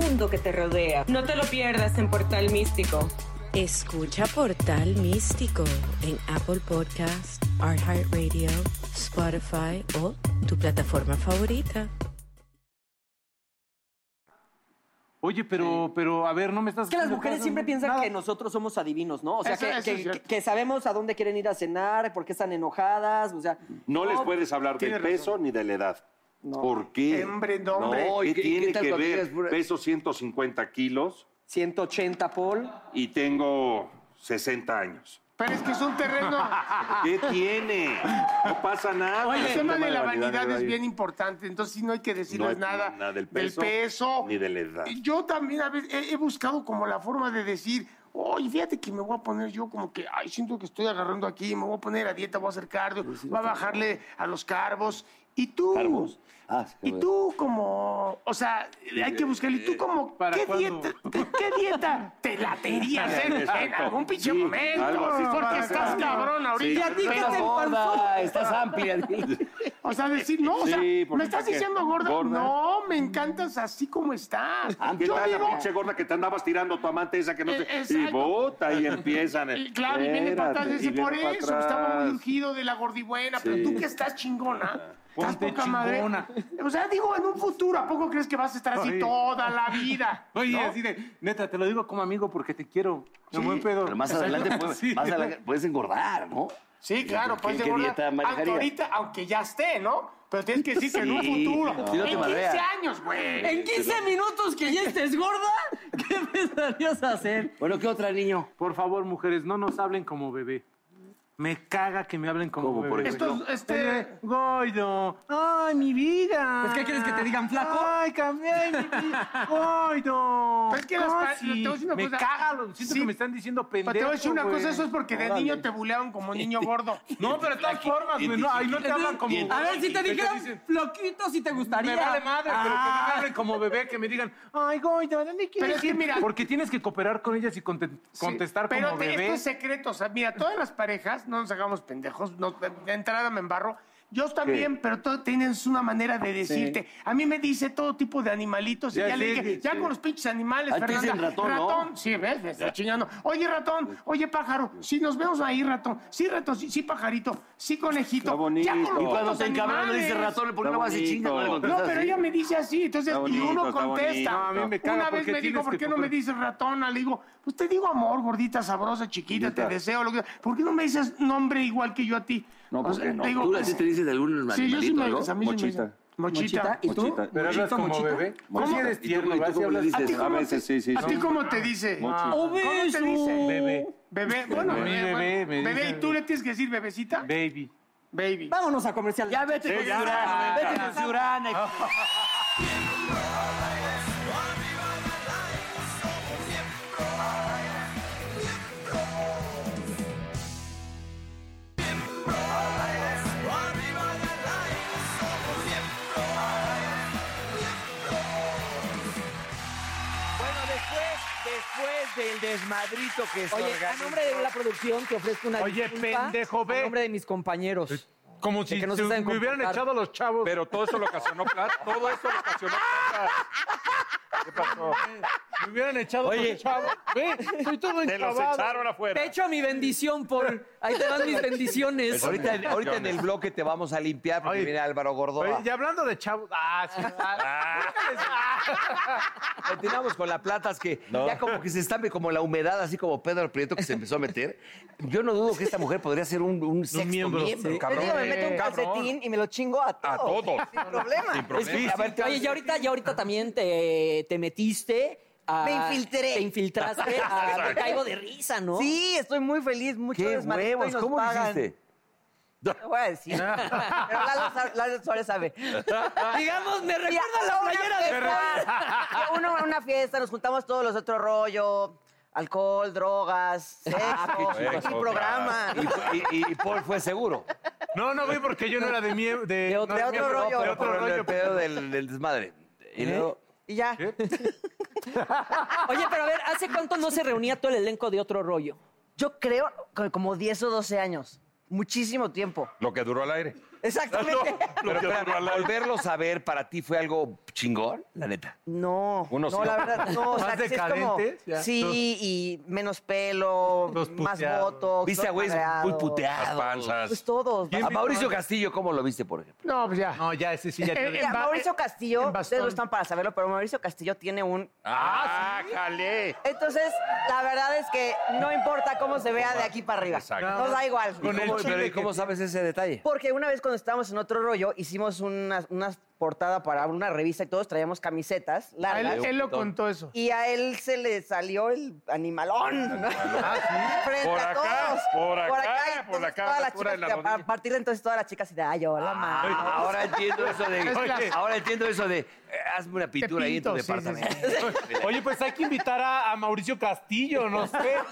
I: que te rodea. No te lo pierdas en Portal Místico.
J: Escucha Portal Místico en Apple Podcast, iHeartRadio, Spotify o tu plataforma favorita.
F: Oye, pero, pero, a ver, no me estás.
K: Es que las
F: haciendo
K: mujeres
F: caso,
K: siempre
F: ¿no?
K: piensan
F: Nada.
K: que nosotros somos adivinos, ¿no? O sea,
F: Eso-
K: que,
F: eso es
K: que-
F: cierto.
K: que sabemos a dónde quieren ir a cenar, por qué están enojadas, o sea...
B: No les puedes hablar del peso ni de la edad. ¿Por qué?
K: Hombre, no, hombre.
B: No,
K: ¿Y
B: ¿qué,
K: qué-
B: tiene
K: qué tal
B: que
K: cuando
B: ver?
K: digas pura-
B: Peso 150 kilos
K: 180, Paul.
B: y tengo 60 años.
E: Pero es que es un terreno.
K: Ah.
B: ¿Qué tiene? No pasa nada.
E: Oye, el tema de la vanidad
B: no
E: es
B: hay-
E: bien importante, entonces sí no hay que
B: no hay
E: decirles nada,
B: del peso, ni de la edad.
E: Yo también a veces he, he buscado como la forma de decir, oye, fíjate que me voy a poner yo como que, ay, siento que estoy agarrando aquí, me voy a poner a dieta, voy a hacer cardio, voy a bajarle a los carbos. Y tú,
B: Ah,
E: y tú como, o sea, hay
C: eh,
E: que buscarle, y tú como, ¿qué dieta, qué, qué dieta te latería hacer en
C: Exacto.
E: algún pinche
C: Sí,
E: momento?
C: algo así.
E: porque estás cabrón ahorita.
C: Sí.
E: pero-
C: Estás gorda, estás amplia.
E: o sea, decir, no, o
C: Sí,
E: sea,
C: porque
E: me estás
C: ¿para qué?
E: diciendo gorda.
B: Gorda.
E: No, me encantas así como estás.
B: Ah, ¿Qué
E: Ah, Yo
B: tal la
E: digo,
B: pinche gorda que te andabas tirando tu amante esa que no
E: Eh,
B: sé? Y
E: exacto.
B: bota y empiezan.
E: y Eh, claro, y viene para atrás,
B: Espérate,
E: dice,
B: y viene
E: por
B: para
E: eso, estaba muy
B: atrás.
E: ungido de la gordibuena,
B: Sí.
E: pero tú que estás chingona. Estás
F: Ponte
E: poca madre.
F: chingona.
E: O sea, digo, en un futuro, ¿a poco crees que vas a estar así
F: Oye.
E: toda la vida?
F: Oye,
E: ¿No?
F: así de, neta, te lo digo como amigo porque te quiero. No,
C: Sí,
F: buen pedo.
C: Pero más adelante, puedes,
F: Sí.
C: más adelante puedes engordar, ¿no?
E: Sí, claro,
C: ¿Qué-
E: pues
C: qué
E: de gorda,
C: dieta
E: aunque
C: manejaría?
E: ahorita, aunque ya esté, ¿no? Pero tienes que decir que en un
C: Sí,
E: futuro.
C: no. Sí, no te
E: en 15
C: madreas.
E: años,
F: Eh,
E: güey.
K: En 15 minutos que ya estés gorda, ¿qué empezarías a hacer?
C: Bueno, ¿qué otra, niño?
F: Por favor, mujeres, no nos hablen como bebé. Me caga que me hablen como bebé.
C: por
F: güey.
E: Estos, este,
F: Eh, Goido, ay, mi vida.
K: Pues, ¿qué quieres que te digan, flaco?
F: Ay, cambié, mi vida. Goido.
E: Pero es que las pa-
F: Cosi.
E: te voy a decir una
F: me
E: cosa.
F: caga, lo siento
E: Sí.
F: que me están diciendo pendejo.
E: Pero te voy a decir una
F: güey.
E: cosa, eso es porque de niño te bulearon como niño gordo.
F: No, pero de todas formas, güey, no, ahí no te hablan como
K: A ver, si te
F: Te
K: dijeran
F: dicen,
K: floquito, si te gustaría. Ah,
F: Me vale madre, pero que me hablen como bebé, que me digan, ay, Goido, ¿dónde quieres
E: es que
F: ir?"
E: mira-
F: Porque tienes que cooperar con ellas y conte-
E: Sí,
F: contestar
E: pero
F: como
E: te-
F: bebé.
E: esto es secreto. O sea, mira, todas las parejas, no nos hagamos pendejos, no, de entrada me embarro. Yo también, pero todos tienen una manera de decirte. A mí me dice todo tipo de animalitos
F: Ya
E: y ya le
F: sé,
E: dije, ya con los pinches animales,
C: Ah, te
E: Fernanda.
C: dicen ratón, ¿no?
E: sí, ves, me está chingando. Oye, ratón, oye, pájaro, si nos vemos ahí, ratón. Sí, ratón, sí, sí, pajarito, sí, conejito.
B: Está bonito.
E: Ya con los
C: Y cuando
E: putos
C: te encabrona le dices
E: animales.
C: ratón, ¿por qué
B: Está
C: no vas y
B: bonito.
C: chingas? No, le
E: No,
C: contestas,
E: pero
C: ¿sí?
E: ella me dice así, entonces,
B: Está
E: y uno
B: bonito, está
E: contesta.
B: bonito. No,
F: a mí me caga
E: Una vez
F: porque
E: me dijo,
F: tienes
E: ¿por
F: que
E: qué no me
F: comer".
E: dices ratona? Le digo, pues te digo amor, gordita, sabrosa, chiquita,
B: Chiquita.
E: te deseo, lo que ¿Por qué no me dices nombre igual que yo a ti?
B: No, ¿por
E: O sea,
B: qué no?
E: le digo,
C: Tú así te dices de algún
E: Sí, yo sí
C: animalito,
E: me
C: ¿no?
E: o sea, a mí sí me
B: Mochita.
E: dicen, Mochita.
K: Mochita, ¿y tú?
B: Mochita.
F: Pero hablas
K: Mochito,
F: como
K: mochita.
F: bebé.
B: ¿Cómo?
F: Sí
B: ¿Y
F: eres
B: tú-
F: tierno,
B: y tú
F: ¿verdad?
B: cómo
F: Sí
B: le
F: hablas-
B: dices?
E: ¿A ti
B: A
E: cómo
B: veces,
E: te-
B: sí, sí,
E: ¿A ti
B: sí.
E: cómo te dice?
B: Mochita.
E: ¿Cómo te dice?
F: Bebé.
E: Bebé, bueno,
F: Bebé,
E: bebé,
F: bebé,
E: bueno.
F: me
E: Bebé,
F: dice-
E: ¿y tú le tienes que decir bebecita?
F: Baby.
E: Baby.
K: Vámonos a comercial. Ya vete
C: Vete con Ciurana, vete con Ciurana.
G: Bueno, después, después del desmadrito que se
K: Oye, a
G: organizó-
K: nombre de la producción te ofrezco una
F: Oye,
K: disculpa
F: pendejo, ve.
K: A nombre de mis compañeros.
F: Como
K: si
F: si
K: que no se se- saben
F: me
K: me hubieran
F: hubieran
K: comportar.
F: echado
K: echado
F: los chavos.
L: Pero todo eso lo ocasionó plata. Todo eso lo ocasionó plata. ¿Qué pasó?
F: me hubieran echado
G: Oye.
F: los chavos. Ve, estoy todo
L: Te los
F: encabado.
L: echaron afuera.
K: Te echo mi bendición, Paul. Ahí te van mis bendiciones.
G: Pues Ahorita, en- ahorita en el bloque te vamos a limpiar porque
F: Oye.
G: viene Álvaro
F: Oye,
G: Gordoa.
F: y hablando de chavos. Ah, sí.
L: Ah.
G: Continuamos con la platas que ya como que se está como la humedad, así como Pedro Prieto que se empezó a meter. Yo no dudo que esta mujer podría ser un, un sexto miembro,
F: miembro,
G: cabrón.
M: Yo digo, me meto un
L: Cabrón.
M: calcetín y me lo chingo a todos.
L: A todos.
M: Sin problema.
L: Sin problema.
G: A ver, te-
K: Oye, ya ahorita, ya ahorita también te, te metiste. A,
M: Me infiltré.
K: Te infiltraste a Te Caigo de Risa, ¿no?
M: Sí, estoy muy feliz, mucho
G: qué
M: desmadrito y
G: huevos,
M: nos
G: ¿cómo lo
M: pagan.
G: hiciste?
M: No te voy a decir. Pero Lalo, sa- Lalo Suárez sabe.
K: Digamos, me
M: Y
K: recuerda a la
M: uno a
K: playera de Paul.
M: fiesta, y Uno a una fiesta, nos juntamos todos los otro rollo, alcohol, drogas,
K: Ah,
M: sexo,
L: chido.
M: y programa.
G: Y, fue- y- y- y Paul fue seguro.
F: No, no, güey, porque yo no era de mi. De,
M: De otro-
F: no,
M: de otro rollo.
F: De
M: Pero
F: otro
G: por el-
F: rollo.
G: el pedo del, del desmadre. Y luego,
M: Y ya.
K: Oye, pero a ver, ¿hace cuánto no se reunía todo el elenco de otro rollo?
M: Yo creo que como 10 o 12 años. Muchísimo tiempo.
L: Lo que duró al aire.
M: Exactamente.
G: pero espérame, volverlos a ver para ti fue algo chingón, la neta.
M: No,
G: Unos
M: no, la verdad, no. o sea,
G: Más
M: que sí es como-
G: decadentes, ya.
M: sí, y menos pelo, más
G: puteados.
M: botox.
G: Viste a
M: todo
G: güeyes
M: madreado.
G: muy puteados. Las panzas.
M: Pues todos.
G: A
M: Castillo.
G: Mauricio Castillo, ¿cómo lo viste, por ejemplo?
E: No, pues ya.
N: No, ya, ese
F: Eh,
N: sí, ya.
M: Mira,
N: tiene-
M: Eh, Mauricio Castillo, ustedes no están para saberlo, pero Mauricio Castillo tiene un...
N: Ah,
E: jale.
M: Entonces, la verdad es que no importa cómo se vea de aquí para arriba. Nos da igual.
G: ¿Y cómo- pero ¿y cómo sabes ese detalle?
M: Porque una vez cuando estábamos en otro rollo, hicimos una, una portada para una revista y todos traíamos camisetas largas.
E: Ah, él- él lo contó eso.
M: Y a él se le salió el animalón. Frente
A: Ah, Por
M: a
A: acá,
M: todos.
A: por acá,
M: y
A: por
M: entonces
A: acá,
M: todas
A: la Ah,
M: las
A: altura de
M: chicas-
G: la
M: a a partir de entonces todas las chicas y de, ay, hola, ma.
G: Ah, Ahora entiendo eso de.
M: Es clase.
G: ahora entiendo eso de. eh, hazme una pintura ahí en tu
N: pinto, sí,
G: departamento.
N: Oye, pues hay que invitar a, a Mauricio Castillo, no sé.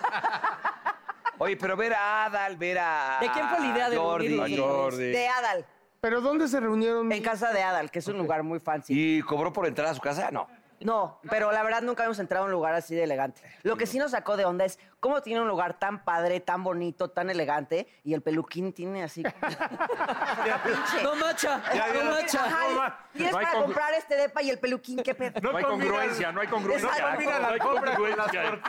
G: Oye, pero ver a Adal, ver a.
M: ¿De quién fue la idea de
A: Ah,
G: Jordi,
M: reunirnos?
G: a Jordi.
M: De Adal.
E: ¿Pero dónde se reunieron?
M: En casa de Adal, que es un lugar muy fancy.
G: ¿Y cobró por entrar a su casa? No.
M: No, pero la verdad nunca habíamos entrado a un lugar así de elegante. Lo que sí nos sacó de onda es cómo tiene un lugar tan padre, tan bonito, tan elegante, y el peluquín tiene así.
A: No macha, no macha.
M: Ajá,
A: No ma-
M: y es
A: no hay
M: para
A: congru-
M: comprar este depa y el peluquín, qué pedo.
L: No hay congruencia, no hay congruencia.
M: Exacto.
L: No hay congruencia.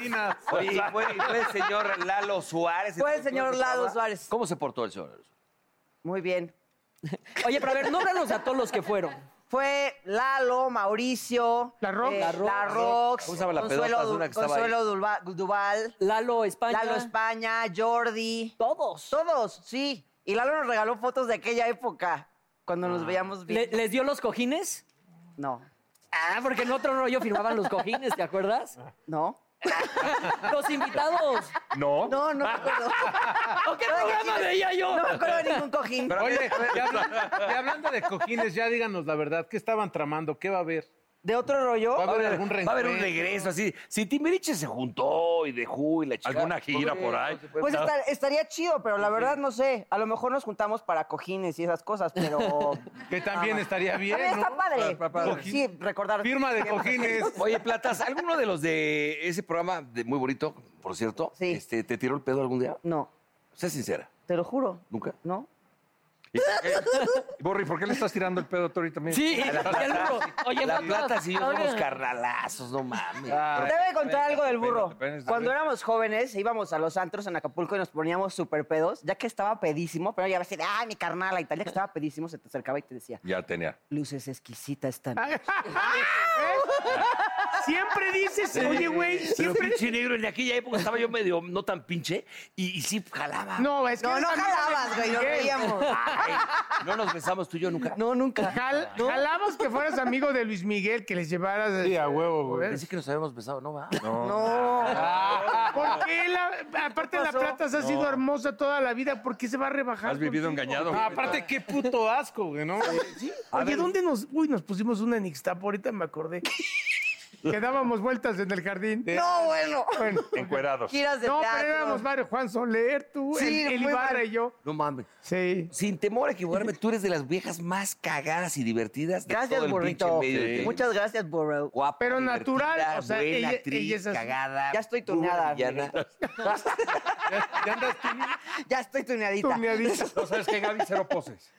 G: Oye, ¿y fue, y fue el señor Lalo Suárez.
M: Fue el señor Lalo Suárez.
G: ¿Cómo se portó el señor?
M: Muy bien.
K: Oye, pero a ver, nómbranos a todos los que fueron.
M: Fue Lalo, Mauricio, Eh, la
K: Rox. La Rox.
M: la Rox,
K: ¿Cómo se llama la
M: Consuelo,
K: pedota? Es una que estaba
M: Consuelo Dulva- Duval,
K: Lalo España.
M: Lalo España, Jordi.
K: Todos.
M: Todos, sí. Y Lalo nos regaló fotos de aquella época, cuando
F: Ah.
M: nos veíamos bien.
K: ¿Le- ¿Les dio los cojines?
M: No.
K: Ah, porque en otro rollo firmaban los cojines, ¿te acuerdas?
M: No.
K: Los invitados.
L: No.
M: No, no me acuerdo.
K: ¿O qué programa veía yo?
M: No me acuerdo de ningún cojín.
N: Oye,
F: y hablando, y hablando de cojines, ya díganos la verdad, ¿qué estaban tramando? ¿Qué va a haber?
M: ¿De otro rollo?
F: Va a haber algún
G: Va a haber un
F: reencuentro.
G: regreso así. Si Timbiriche se juntó y dejó y la chica.
L: Alguna gira por ahí.
M: Pues estar- estaría chido, pero la verdad no sé. A lo mejor nos juntamos para cojines y esas cosas, pero.
F: Que también estaría bien,
M: También está
F: ¿no?
M: padre.
G: Pa- pa- pa-
M: Sí, recordar.
F: Firma de
M: tiempos.
G: Oye, Platas, ¿alguno de los de ese programa de muy bonito, por cierto? Este, ¿Te tiró el pedo algún día?
M: No.
G: Sé sincera.
M: Te lo juro.
G: ¿Nunca?
M: No.
L: Borri, ¿por qué le estás tirando el pedo a Tori también?
G: Sí, y-
L: La
G: y al
L: Plata-
G: burro. Oye,
L: La
G: Matas,
L: plata sí, yo
G: oye.
L: somos carnalazos,
G: no mames.
D: Ah.
M: Te voy a contar algo del burro.
L: Depende, depende.
M: Cuando éramos jóvenes, íbamos a los antros en Acapulco y nos poníamos súper pedos, ya que estaba pedísimo, pero ya así de, ay, mi carnal, y tal, ya que estaba pedísimo, se te acercaba y te decía,
L: Ya tenía.
M: luces exquisitas están.
E: Ah, Siempre dices, oye, güey,
G: Pero
E: siempre-
G: pinche negro, en aquella época estaba yo medio no tan pinche y, y sí jalaba.
E: No, es que
M: No, no
E: era amigo de
M: jalabas, güey, nos
E: Miguel.
M: reíamos.
G: Ay, no nos besamos tú y yo nunca.
M: No, nunca.
E: Jal- Jalabas que fueras amigo de Luis Miguel, que les llevaras. Sí, a huevo, güey.
G: Pensé que nos habíamos besado, no va.
M: No.
K: Ah.
E: ¿Por qué? La, aparte, la plata se ha sido hermosa toda la vida. ¿Por qué se va a rebajar?
L: Has vivido
E: contigo?
L: engañado.
F: Ah, aparte, qué puto asco, güey, ¿no?
E: Oye, ¿dónde nos.? Uy, nos pusimos una en Ixtapa, ahorita me acordé. que dábamos vueltas en el jardín.
M: No, bueno.
L: Encuerados.
M: Giras de
E: No,
M: teatro.
E: pero éramos varios. Juan Soler, tú,
M: Sí,
E: el, el
M: muy
E: Ibarra
M: varios.
E: y yo.
G: No mames.
E: Sí.
G: Sin temor a equivocarme, tú eres de las viejas más cagadas y divertidas de
M: Gracias,
G: todo el
M: burrito.
G: pinche medio.
M: Sí. Muchas gracias, burro.
G: Guapa,
E: Pero
G: divertida,
E: natural, o sea,
G: buena
E: ella-
G: actriz,
E: ella es así.
G: cagada.
M: Ya estoy tuneada.
G: villana.
M: Ya estoy tuneadita.
E: Tuneadita.
L: No sabes que Gaby cero poses.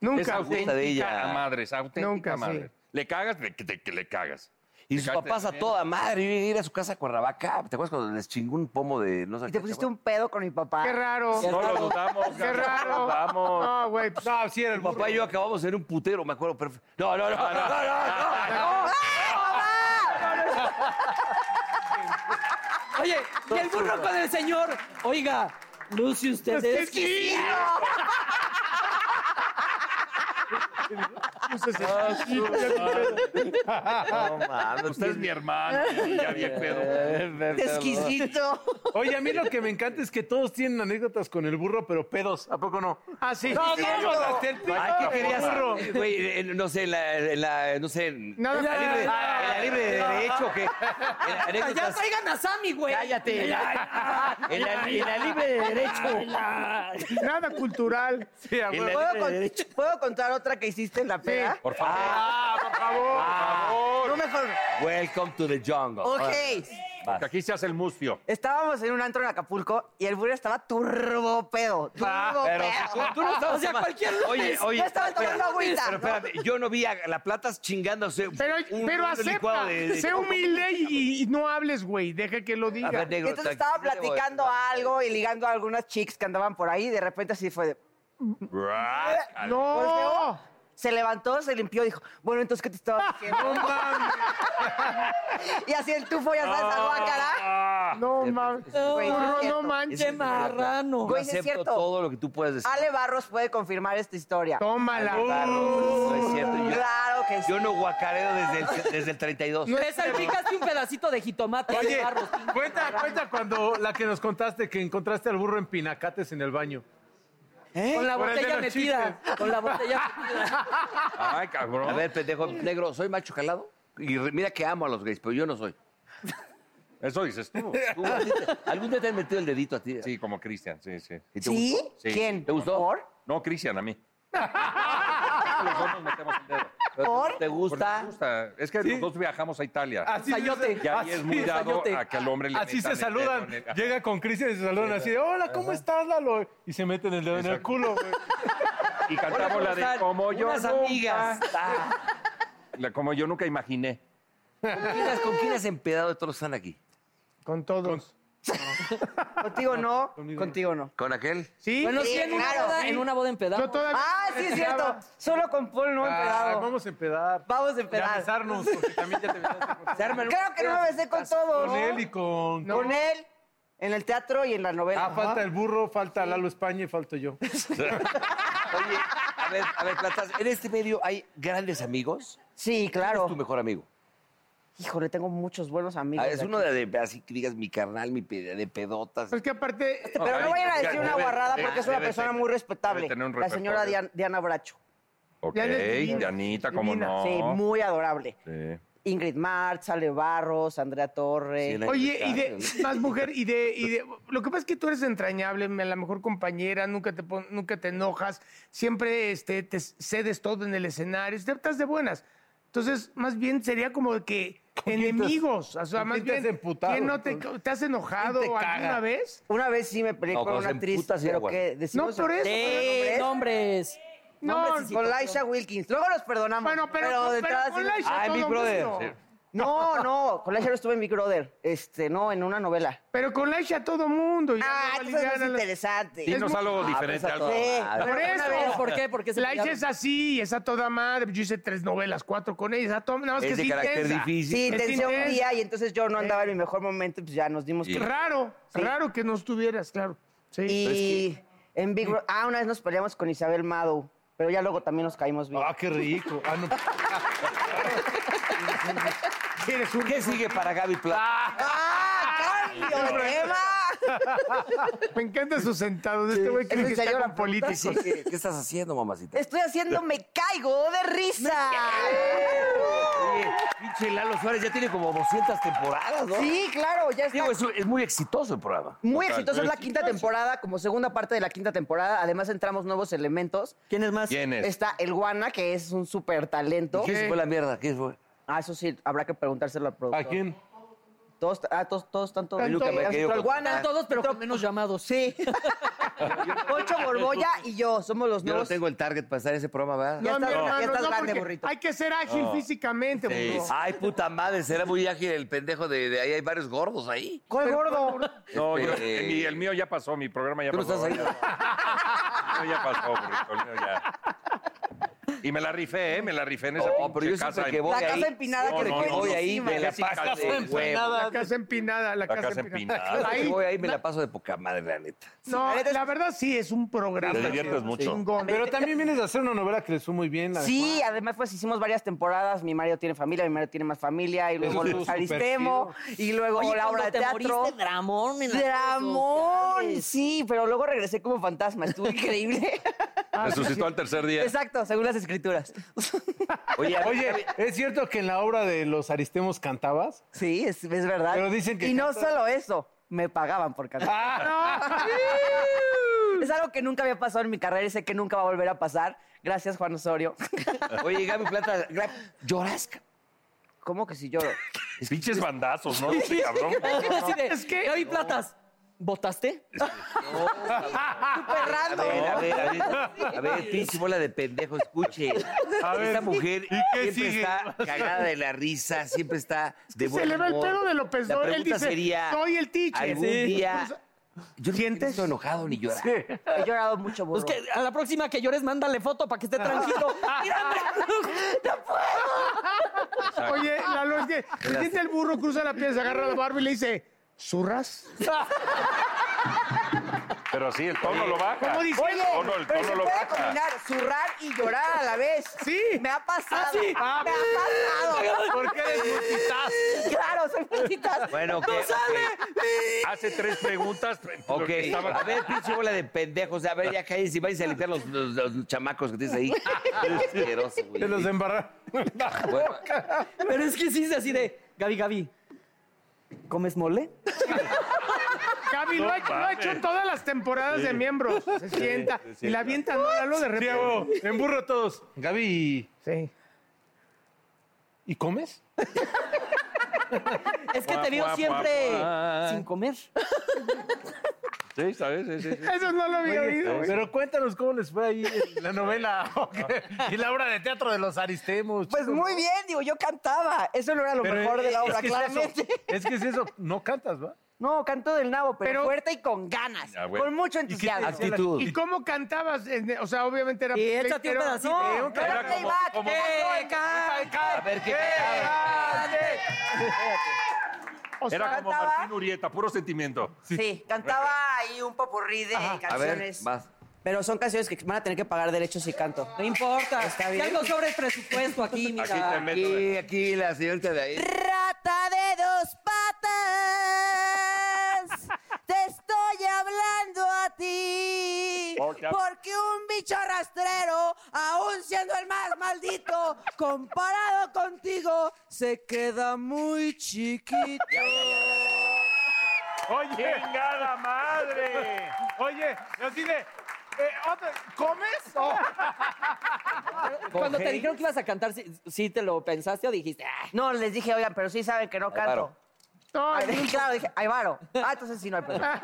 E: Nunca.
L: es auténtica
G: gusta de ella.
L: a madres, auténtica
E: Nunca,
L: Nunca,
E: sí.
L: madre. Le cagas, le- que te- que le cagas.
G: Y
L: Le
G: sus
L: cagas,
G: papás
E: eh.
L: te-
G: a toda madre. Yo llegué a ir a su casa a Cuernavaca. ¿Te acuerdas cuando les chingó un pomo de no sé
M: Y te pusiste un pedo con mi papá.
E: Qué raro.
L: No lo dudamos.
E: Qué
L: Gaby,
E: raro.
L: No lo dudamos.
E: No, güey. pues,
F: No, sí era el
G: Mi papá y yo acabamos en un putero, me acuerdo. perfecto. No, no, no, no, no, no, no.
K: Oye, y el burro con el señor. Oiga, luce usted
E: ¡Qué
K: es
E: chido! Pues ese-
G: No, mames.
L: Usted es mi hermano. Ya bien pedo.
M: Exquisito.
F: Oye, a mí lo que me encanta es que todos tienen anécdotas con el burro, pero pedos. ¿A poco no?
E: Ah, sí.
F: No,
E: Sí,
F: vamos a hacer
G: Ay, ¿qué querías?
F: burro.
G: Güey, eh, no sé, la, la- no sé. en-
E: Nada
G: en la
E: más.
G: libre, en la libre de derecho que.
K: Ya traigan a Sammy, güey.
G: Cállate. En la, en la libre de derecho.
E: Nada cultural.
F: Sí, a huevo.
M: ¿Puedo, con- puedo contar otra que hiciste en la peda?
L: Por favor. Ah, por favor.
M: No mejor.
G: Welcome to the jungle.
M: Ok.
B: Porque aquí se hace el mustio.
M: Estábamos en un antro en Acapulco y el burro estaba turbo pedo. Turbo
B: Ah, pero tú-
M: pedo.
B: tú no estabas
M: o sea,
B: tomando-
M: cualquier lunes.
G: Oye, oye.
M: Yo estaba
G: espera,
M: tomando agüita.
G: Pero espérame, yo no vi a La Plata chingándose.
E: Pero,
G: un-
E: pero
G: un
E: acepta,
G: licuado de- de-
E: sé humilde y, y no hables, güey. Deja que lo diga.
G: ver, negro,
M: Entonces estaba platicando algo y ligando a algunas chicas que andaban por ahí y de repente así fue de... Volteó, Se levantó, se limpió y dijo, bueno, entonces, ¿qué te estaba diciendo? y así el tufo, ya sabes, "Ah, al guácara.
E: No, mames.
M: no
G: Ese- Yo
M: Güey, sí es
G: acepto
M: cierto.
G: todo lo que tú puedes decir.
M: Ale Barros puede confirmar esta historia.
E: Tómala.
G: Ale Barros, no es cierto. Yo-
M: Claro que sí.
G: Yo no guacareo desde el, desde el 32.
D: Le
M: este
D: salpicaste un pedacito de jitomate
F: Oye,
D: de barro.
F: cuenta, cuenta cuando la que nos contaste que encontraste al burro en pinacates en el baño.
D: Con la
F: Por el de
D: botella
F: los
D: metida.
F: chistes.
D: Con la botella metida.
G: Ay,
F: Ah.
G: cabrón. A ver, pendejo negro, ¿soy macho calado? Y re- mira que amo a los gays, pero yo no soy.
B: Eso dices tú.
G: Tú, a ti te- ¿Algún día te han metido el dedito a ti?
B: Sí, como Cristian, sí, sí.
G: ¿Y te ¿Sí? gustó? Sí. ¿Quién? ¿Te gustó? ¿Por?
B: No, Cristian, a mí. los dos nos metemos el dedo.
G: ¿Por?
B: ¿Te gusta? gusta. Es que los dos viajamos a Italia.
F: Así se- Sayote.
B: Y ahí es
F: así-
B: muy dado
F: sayote.
B: a que al hombre le
F: Así
B: metan
F: se
B: el dedo
F: saludan.
B: en el- Ajá.
F: Llega con Cristian y se saludan así de, hola, ¿cómo estás, Lalo? Y se meten el dedo en el
B: Exacto.
F: culo, güey.
B: Y cantamos
F: Hola,
B: la
F: ¿cómo
B: de
F: están?
B: como yo
F: Unas
B: nunca.
F: amigas.
B: La como yo nunca imaginé.
G: ¿Con quién has- ¿Con quién has empedado de todos los que están aquí?
E: Con todos.
M: Contigo no, contigo no.
G: ¿Con aquel?
E: Sí.
D: Bueno, sí, en una boda- en una boda
M: empedado.
D: Yo todavía-
M: Ah, sí, es cierto. Solo con Paul no
F: Ah,
M: empedado.
F: vamos a empedar.
M: Vamos a empedar.
F: Y a besarnos, porque también ya te besaste.
M: Creo que no me besé con todos.
F: Con él y con...
M: Con él, en el teatro y en la novela.
F: Ah, falta el burro, falta Lalo España y falto yo.
G: A ver, a ver, Platas, en este medio hay grandes amigos.
M: Sí, claro.
G: ¿Quién es tu mejor amigo?
M: Híjole, tengo muchos buenos amigos.
G: Ah, es
M: de
G: uno
M: aquí.
G: de, de- así que digas mi carnal, mi pe- de pedotas.
E: Es que aparte.
M: Pero no vayan a decir una guarrada porque es una persona muy respetable.
B: debe tener un
M: La señora Dian-
B: repertorio.
M: Diana Bracho.
B: Ok,
M: Ya eres divina.
B: Dianita, ¿cómo
M: Divina.
B: no?
M: Sí, muy adorable.
B: Sí.
M: Ingrid March, Ale Barros, Andrea Torres.
E: Oye, y de más mujer, y de, y de- Lo que pasa es que tú eres entrañable, me- la mejor compañera, nunca te, pon- nunca te enojas, siempre este, te cedes todo en el escenario, este- estás de buenas. Entonces, más bien sería como que enemigos. O sea,
F: con
E: más
F: quién te has
E: bien.
F: emputado?
E: ¿quién no te, te has enojado
F: ¿Quién te
E: alguna
F: caga?
E: vez?
M: Una vez sí me peleé
G: No,
M: con
G: cuando
M: una
G: se
M: actriz,
G: emputa, sí,
M: pero
G: bueno.
M: que decimos...
E: No, por eso,
M: Sí,
E: pero
M: nombres.
E: No,
M: Nombres
E: sí,
M: con
E: sí,
M: Laisha Wilkins. Luego los perdonamos.
E: Bueno, pero- pero
M: detrás
E: con
M: sí-
E: Laisha
G: Ah,
E: Ay, todo Big Brother, mundo. sí.
M: No, no, con Laisha no estuve en Big Brother. Este, no, en una novela.
E: Pero con Laisha todo mundo. ya
M: Ah,
E: no
M: entonces
E: aliviana
M: es
E: la-
M: interesante.
B: Dinos
E: Es muy-
B: algo
E: Ah,
B: diferente,
E: pues a
B: algo.
E: toda
M: Sí,
B: Ah,
E: Por
M: Pero
E: eso.
M: una vez, ¿por qué? ¿Por qué se
E: La
M: pelearon?
E: Isha es así, es a toda madre. Yo hice tres novelas, cuatro con ella, es a toda Nada más
G: Es
E: que
G: de
E: es
G: carácter
E: intensa.
G: difícil.
M: Sí,
E: Es
M: tensión un
E: intensa.
M: día y entonces yo no andaba en mi mejor momento y pues ya nos dimos
E: Qué Raro, raro que no estuvieras, claro. Sí.
M: Y en Big Brother... Ah, una vez nos peleamos con Isabel Mado, pero ya luego también nos caímos bien.
F: Ah, qué rico. Ah, no.
G: ¿Qué sigue para Gaby Plata?
M: ¡Ah, cambio de tema!
E: Me encanta su sentado de este güey cree
M: ¿Es
E: que
M: en
E: está
M: serio
E: con
M: la pregunta?
E: políticos.
M: Sí, sí.
G: ¿Qué estás haciendo, mamacita?
M: Estoy haciendo me caigo de risa. Eh.
G: Oye, pinche Lalo Suárez ya tiene como 200 temporadas, ¿no?
M: Sí, claro, ya está.
G: Digo, es, es muy exitoso el programa.
M: Muy exitosa es la quinta temporada, como segunda parte de la quinta temporada. Además entramos nuevos elementos. ¿Quién es más?
G: ¿Quién es?
M: Está el Guana, que es un súper talento.
G: ¿Y ¿Quién se fue a la mierda? ¿Quién se fue?
M: Ah, eso sí, habrá que preguntárselo al productor.
F: ¿A quién?
M: Todos, ah, todos, todos tanto.
G: Yo nunca me quedé
M: el
G: con-
M: Guana.
G: Ah.
M: todos, pero con menos llamados. Sí. Poncho Borboya y yo somos los
G: Yo no
M: nuevos.
G: tengo el target para estar en ese programa, ¿verdad?
M: Ya
E: No, mi
M: estás- ya
E: hermano,
M: estás
E: no,
M: grande,
E: porque
M: burrito.
E: Hay que ser ágil
G: No.
E: físicamente,
G: Sí.
E: burro.
G: Ay, puta madre, será muy ágil el pendejo de, de ahí. Hay varios gordos ahí.
M: ¿Cuál gordo?
B: No, yo-
G: Este-
B: mi- el mío ya pasó, mi programa ya
G: ¿Tú no
B: pasó.
G: estás ahí?
B: El mío ya pasó, burrito, el mío ya. Y me la rifé, ¿eh? Me la rifé en esa
G: No,
B: pinche
G: pero yo
B: casa.
G: siempre que
B: en-
G: voy
M: La
G: ahí-
M: casa empinada
B: No,
M: que le
B: no,
M: fue
B: no,
G: Voy ahí,
M: encima.
G: me la
B: Sin
G: paso
B: calcetín.
G: de huevo. Ah,
F: Ah,
E: La casa empinada, la,
B: La casa empinada.
G: Cada vez que
E: Ahí-
G: Voy ahí, me la paso de poca madre, la neta.
E: No, la verdad sí es un programa.
B: Te diviertes
E: sí,
B: mucho.
E: chingón.
F: Pero también vienes a hacer una novela que le fue muy bien. la de
M: Sí, además pues hicimos varias temporadas. Mi marido tiene familia, mi marido tiene más familia y luego
F: estuvo
M: los pues, Aristemo
F: súper
M: y luego
O: Oye,
M: la obra
O: cuando
M: de
O: te
M: teatro.
O: moriste, Dramón. en las redes
M: Dramón,
O: sociales.
M: sí, pero luego regresé como fantasma, estuvo increíble.
B: Resucitó al tercer día.
M: Exacto, según las escrituras.
G: Oye, a
F: Juana.
G: ver,
F: Oye, ¿es cierto que en la obra de los Aristemos cantabas?
M: Sí, es, es verdad.
F: Pero dicen que
M: y no
F: cantas-
M: solo eso, me pagaban por cantar.
N: Ah.
M: Es algo que nunca había pasado en mi carrera y sé que nunca va a volver a pasar. Gracias, Juan Osorio.
G: oye, Gaby Plata, Gaby, ¿lloras?
M: ¿Cómo que si lloro?
B: Pinches bandazos, ¿no? Este cabrón.
D: es que. Gaby Platas, ¿votaste?
M: Súper
G: A
M: random.
G: ver, a ver, a ver, a ver, pinche bola de pendejo, escuche.
E: A ver,
G: Esta mujer
E: ¿y qué
G: siempre
E: sigue?
G: está cagada de la risa, siempre está de
E: Se
G: buen
E: le va el
G: humor.
E: pedo de López
G: La
E: Dóriga. Él
G: pregunta
E: dice,
G: sería,
E: soy el teacher.
G: algún
E: Sí.
G: día...
E: O sea,
G: Yo no estoy enojado ni llorar.
M: He llorado mucho, burro.
D: Pues que a la próxima que llores, mándale foto para que esté tranquilo.
E: Oye, Lalo, es que siente el burro, cruza la piel, se agarra la barba y le dice, ¿zurras?
B: Pero sí, el tono
E: Oye,
B: lo baja.
E: ¿cómo dice?
B: El tono, el
M: Pero
B: tono
M: se
B: lo
M: puede
B: baja.
M: combinar zurrar y llorar a la vez.
E: Sí.
M: Me ha pasado.
E: Ah, sí.
M: Me ha
E: Ah.
M: pasado.
E: ¿Por qué eres multitask?
M: Claro, soy multitask.
G: Bueno, ok, ok.
B: Hace tres preguntas.
G: Ok,
B: que estaba-
G: a ver, pinche bola de pendejos. A ver, ya cállense y váyanse a limpiar los, los- los chamacos que tienes ahí. Eres asqueroso, güey.
F: Te los embarraron.
G: Bueno,
D: Pero es que sí es así de, Gaby, Gaby, ¿comes mole?
E: Gaby lo, ha,
D: No
E: lo ha hecho
D: mames.
E: en todas las temporadas de miembros. Se
F: Sí,
E: sienta
F: sí, sí,
E: y la
F: claro.
E: avienta ¿no? Lalo de repente.
F: Diego, emburro a todos. Gaby. Sí. ¿Y comes?
D: Es que
B: Guau,
D: te veo
B: guau,
D: siempre
F: guau.
D: sin comer.
B: Sí, ¿sabes? Sí, sí, sí.
F: Oye, Pero cuéntanos cómo les fue ahí en la novela ok, y la obra de teatro de los Aristemos.
M: Pues
F: chicos,
M: muy
F: ¿no?
M: bien, digo, yo cantaba. Eso no era lo
F: Pero
M: mejor de la
F: es
M: obra,
F: que es eso,
M: claramente.
F: Es que es eso, no cantas, ¿va?
M: No, canto del nabo, pero,
E: Pero-
M: fuerte y con ganas.
F: Ya, bueno.
M: Con mucho
F: qué te
M: entusiasmo.
F: decía la- Actitud.
E: ¿Y cómo cantabas? En- O sea, obviamente era...
D: Y échate un
E: pero-
D: pedacito.
E: No,
D: Era
E: era
D: como-
E: playback.
D: como-
E: Eh,
B: A ver qué
E: ah. O sea,
B: Era como
M: cantaba-
B: Martín Urieta, puro sentimiento.
M: Sí. cantaba ahí un popurrí de canciones.
G: vas.
P: Pero son canciones que van a tener que pagar derechos si canto.
D: No importa.
P: Está
D: Si
P: bien.
D: algo sobre el presupuesto aquí, mira.
G: Aquí, aquí, la señorita de ahí.
L: Rata de dos patas, te estoy hablando a ti.
B: Oh, ya.
L: Porque un bicho rastrero, aún siendo el más maldito, comparado contigo, se queda muy chiquito.
F: Oye.
B: ¡Chingada madre!
F: Oye, yo así de. eh, otra- ¿Comes? Oh.
D: Cuando te dijeron que ibas a cantar, ¿sí, sí te lo pensaste o dijiste? "Ah"?
M: No, les dije, oigan, pero sí saben que no canto. Ay, dije, claro, dije, ay, varo. Ah, entonces sí no hay problema.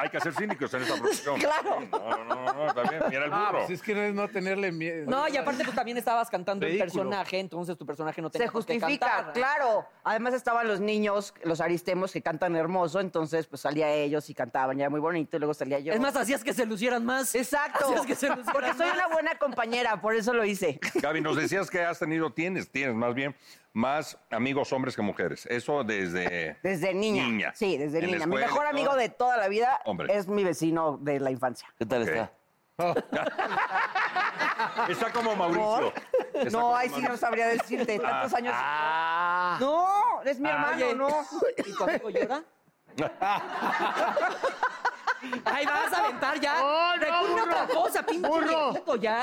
B: Hay que ser cínicos en esta producción.
M: Claro.
B: Sí, No, no, no, no, también, mira el burro.
F: Ah, pues es que no es no tenerle miedo.
D: No, y aparte tú también estabas cantando un
F: Ridículo.
D: personaje, entonces tu personaje no tenía
M: Se
D: por qué
M: justifica,
D: cantar.
M: claro. Además estaban los niños, los aristemos que cantan hermoso, entonces pues salía ellos y cantaban ya muy bonito y luego salía yo.
D: Es más, hacías que se lucieran más.
M: Exacto.
D: Hacías que se lucieran
M: Porque soy
D: más.
M: una buena compañera, por eso lo hice.
B: Gaby, nos decías que has tenido, tienes, tienes más bien, más amigos hombres que mujeres. Eso desde...
M: Desde niña.
B: Niña.
M: Sí, desde
B: En la
M: niña. Mi
B: escuela,
M: mejor
B: en
M: amigo
B: todo.
M: de toda la vida
B: Hombre.
M: es mi vecino de la infancia.
G: ¿Qué tal está?
B: Está como Mauricio. Está
M: No,
B: como
M: ahí sí
B: Mauricio.
M: no sabría decirte. Tantos años.
B: Ah.
M: No, es mi
B: Ah.
M: hermano,
B: Oye.
M: no.
D: ¿Y tu amigo llora? Ay, vas a aventar ya.
M: Oh,
E: No, no,
D: Recurre a
E: burro.
D: otra cosa, pinche
E: Burro.
D: viejito, ya.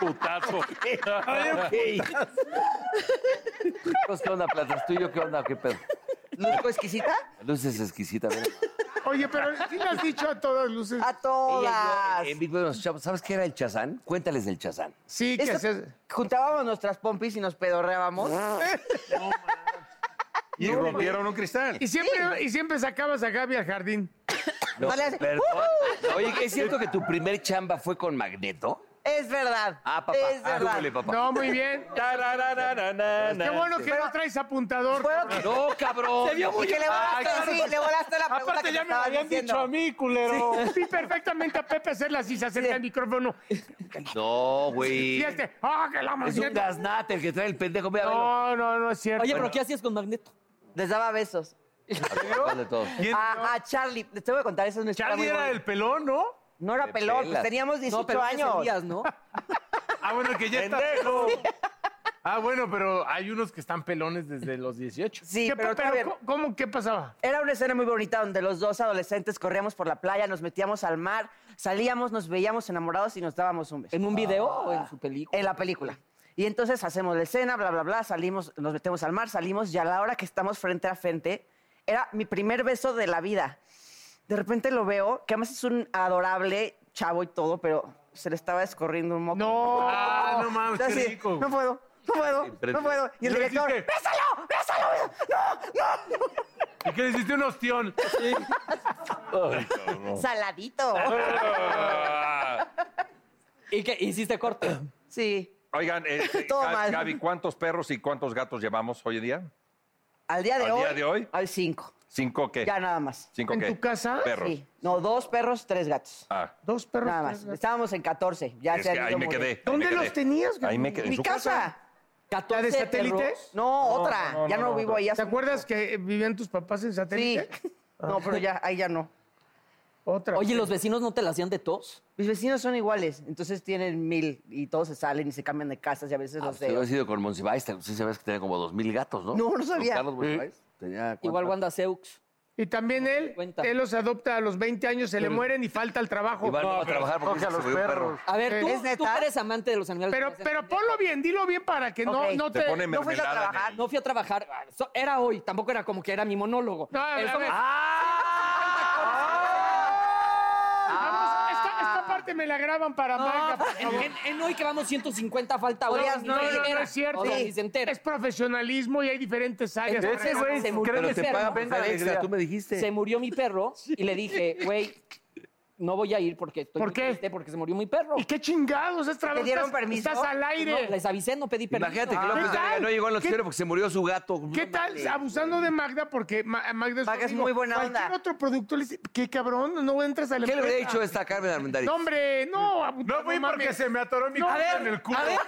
B: Putazo.
G: Pues, ¿Qué onda, Platas? ¿Tú y yo qué onda? ¿Qué pedo?
M: ¿Luzco exquisita?
G: Luces exquisita, ¿verdad?
E: Oye, pero sí le has dicho a todas luces.
M: A todas.
G: En Big Brother nos echamos- ¿Sabes qué era el chazán? Cuéntales del chazán.
E: Sí, que
M: Eso-
E: se...
M: Juntábamos nuestras pompis y nos pedorreábamos.
B: Y rompieron un cristal.
E: Y siempre, y siempre sacabas a Gaby al jardín.
G: No,
M: Vale, ¡Uh! hace-
G: perdón. Oye, ¿es cierto que tu primer chamba fue con Magneto?
M: Es verdad.
G: Ah, papá.
M: Es
G: Ah,
M: verdad.
G: súbele, papá.
E: No, muy bien. Qué bueno que no traes apuntador.
G: No, cabrón.
D: Se vio muy
M: Y que le
G: Ah,
M: volaste, sí, le volaste la pregunta
F: Aparte,
M: que
F: ya
M: te
F: me lo
M: estaba
F: habían
M: diciendo.
F: dicho a mí, culero.
E: Vi perfectamente a Pepe hacerla así, se acerca al micrófono.
G: No, güey.
E: Y este, ¡ah, que la
G: Es un
E: maceta!
G: gaznate el que trae el pendejo. Mira, velo.
E: No, no, no es cierto.
D: Oye, pero ¿qué hacías con Magneto?
M: Les daba besos.
G: ¿Cuál de todos?
M: A, a Charlie, les tengo que contar, eso es una historia
F: Charlie
M: muy
F: era
M: bonita.
F: el pelón, ¿no?
M: No era
G: Te
M: pelón, pues
G: pelas.
M: teníamos 18
D: No, pero
M: años.
D: días, ¿no?
F: Ah, bueno, que ya está.
B: ¡Pendejo!
F: Ah, bueno, pero hay unos que están pelones desde los 18.
M: Sí,
E: ¿Qué-
M: pero,
E: pero
M: todavía-
E: ¿cómo- ¿cómo? ¿Qué pasaba?
M: Era una escena muy bonita donde los dos adolescentes corríamos por la playa, nos metíamos al mar, salíamos, nos veíamos enamorados y nos dábamos un beso.
D: ¿En un video o en su película?
M: En la película. Y entonces hacemos la escena, bla, bla, bla, salimos, nos metemos al mar, salimos y a la hora que estamos frente a frente, era mi primer beso de la vida. De repente lo veo, que además es un adorable chavo y todo, pero se le estaba escorriendo un moco.
E: No.
F: Ah, no mames, qué
M: Entonces,
F: rico.
M: No puedo. no puedo, no puedo. Y el
F: Yo
M: director,
F: hiciste-
M: ¡bésalo, bésalo! ¡No, no!
F: ¿Y qué le hiciste un ostión?
M: Saladito.
B: Ah.
M: Eh,
D: ¿Y qué? ¿Hiciste corte?
M: Sí.
B: Oigan, este,
M: Todo
B: Ga-
M: mal.
B: Gaby, ¿cuántos perros y cuántos gatos llevamos hoy en día?
M: Al día de
B: ¿Al
M: hoy.
B: día de hoy?
M: Al cinco.
B: ¿Cinco qué?
M: Ya nada más.
B: ¿Cinco qué? Perros.
M: Sí. No, dos perros, tres gatos.
B: Ah.
M: Dos perros. Nada más. Estábamos en 14. Ya
B: Es
M: se han
B: que
M: ido
B: ahí me
M: muriendo.
B: quedé, ahí ¿Dónde me quedé. los tenías, Gabriel? Ahí me quedé, en
M: Mi
B: su
M: casa.
B: casa.
M: ¿14
E: de satélite?
M: perros? No, otra. ya no, vivo ahí.
E: ¿Te
M: hace-
E: acuerdas que vivían tus papás en satélite?
M: No, pero ya, ahí ya no.
E: Otra.
D: Oye, ¿los vecinos no te la hacían de tos?
M: Mis vecinos son iguales, entonces tienen mil y todos se salen y se cambian de casas y a veces los
G: Si
M: de...
G: hubiera pues sido con Monsiváis, te- sí sabías que tenía como dos mil gatos, ¿no?
M: No, no sabía.
G: Carlos Monsiváis tenía
D: Igual Wanda Seux.
E: Y también él, él los adopta a los 20 años, se le
G: Pero-
E: mueren y falta al trabajo.
G: Y van a trabajar porque se subió un perro.
D: A ver,
M: Eh,
D: tú,
E: ¿Es neta?
D: tú eres amante de los animales.
E: Pero, pero ponlo bien, dilo bien para que no, no te...
D: no fui a trabajar. No fui a trabajar. Ah, so- Era hoy. Tampoco era como que era mi monólogo.
E: a ver,
D: Eso
E: a ver.
D: me-
G: Ah.
E: Vamos, esta, esta parte me la graban para
D: No, pues,
E: Maika, por
D: en,
E: favor.
D: en- en hoy que vamos 150 falta hoy.
E: No, no, no, no es cierto. es profesionalismo y hay diferentes áreas.
D: Entonces,
E: para eso.
D: se murió mi perro.
E: Este.
D: Se mmurió mi perro y le dije, güey, no voy a ir porque estoy ¿Por qué? porque se murió mi perro. ¿Y
E: qué chingados? Es trabajo,
G: dieron estás- permiso? estás al aire.
D: Pues No, les avisé, no pedí permiso.
G: Imagínate
E: Ah.
G: que López Dóriga no llegó al noticiero porque se murió su gato.
E: ¿Qué tal? Abusando de Magda, porque Ma- eh, Magda es,
G: Magda es muy buena
E: Cualquier
G: onda.
E: otro producto le dice, qué cabrón, no entras a la
G: ¿Qué le hubiera
E: empresa".
G: dicho esta Carmen Armendariz?
E: No, hombre, no.
F: No fui porque se me atoró mi
E: No,
F: culo
E: a ver,
F: en el culo.
E: a ver.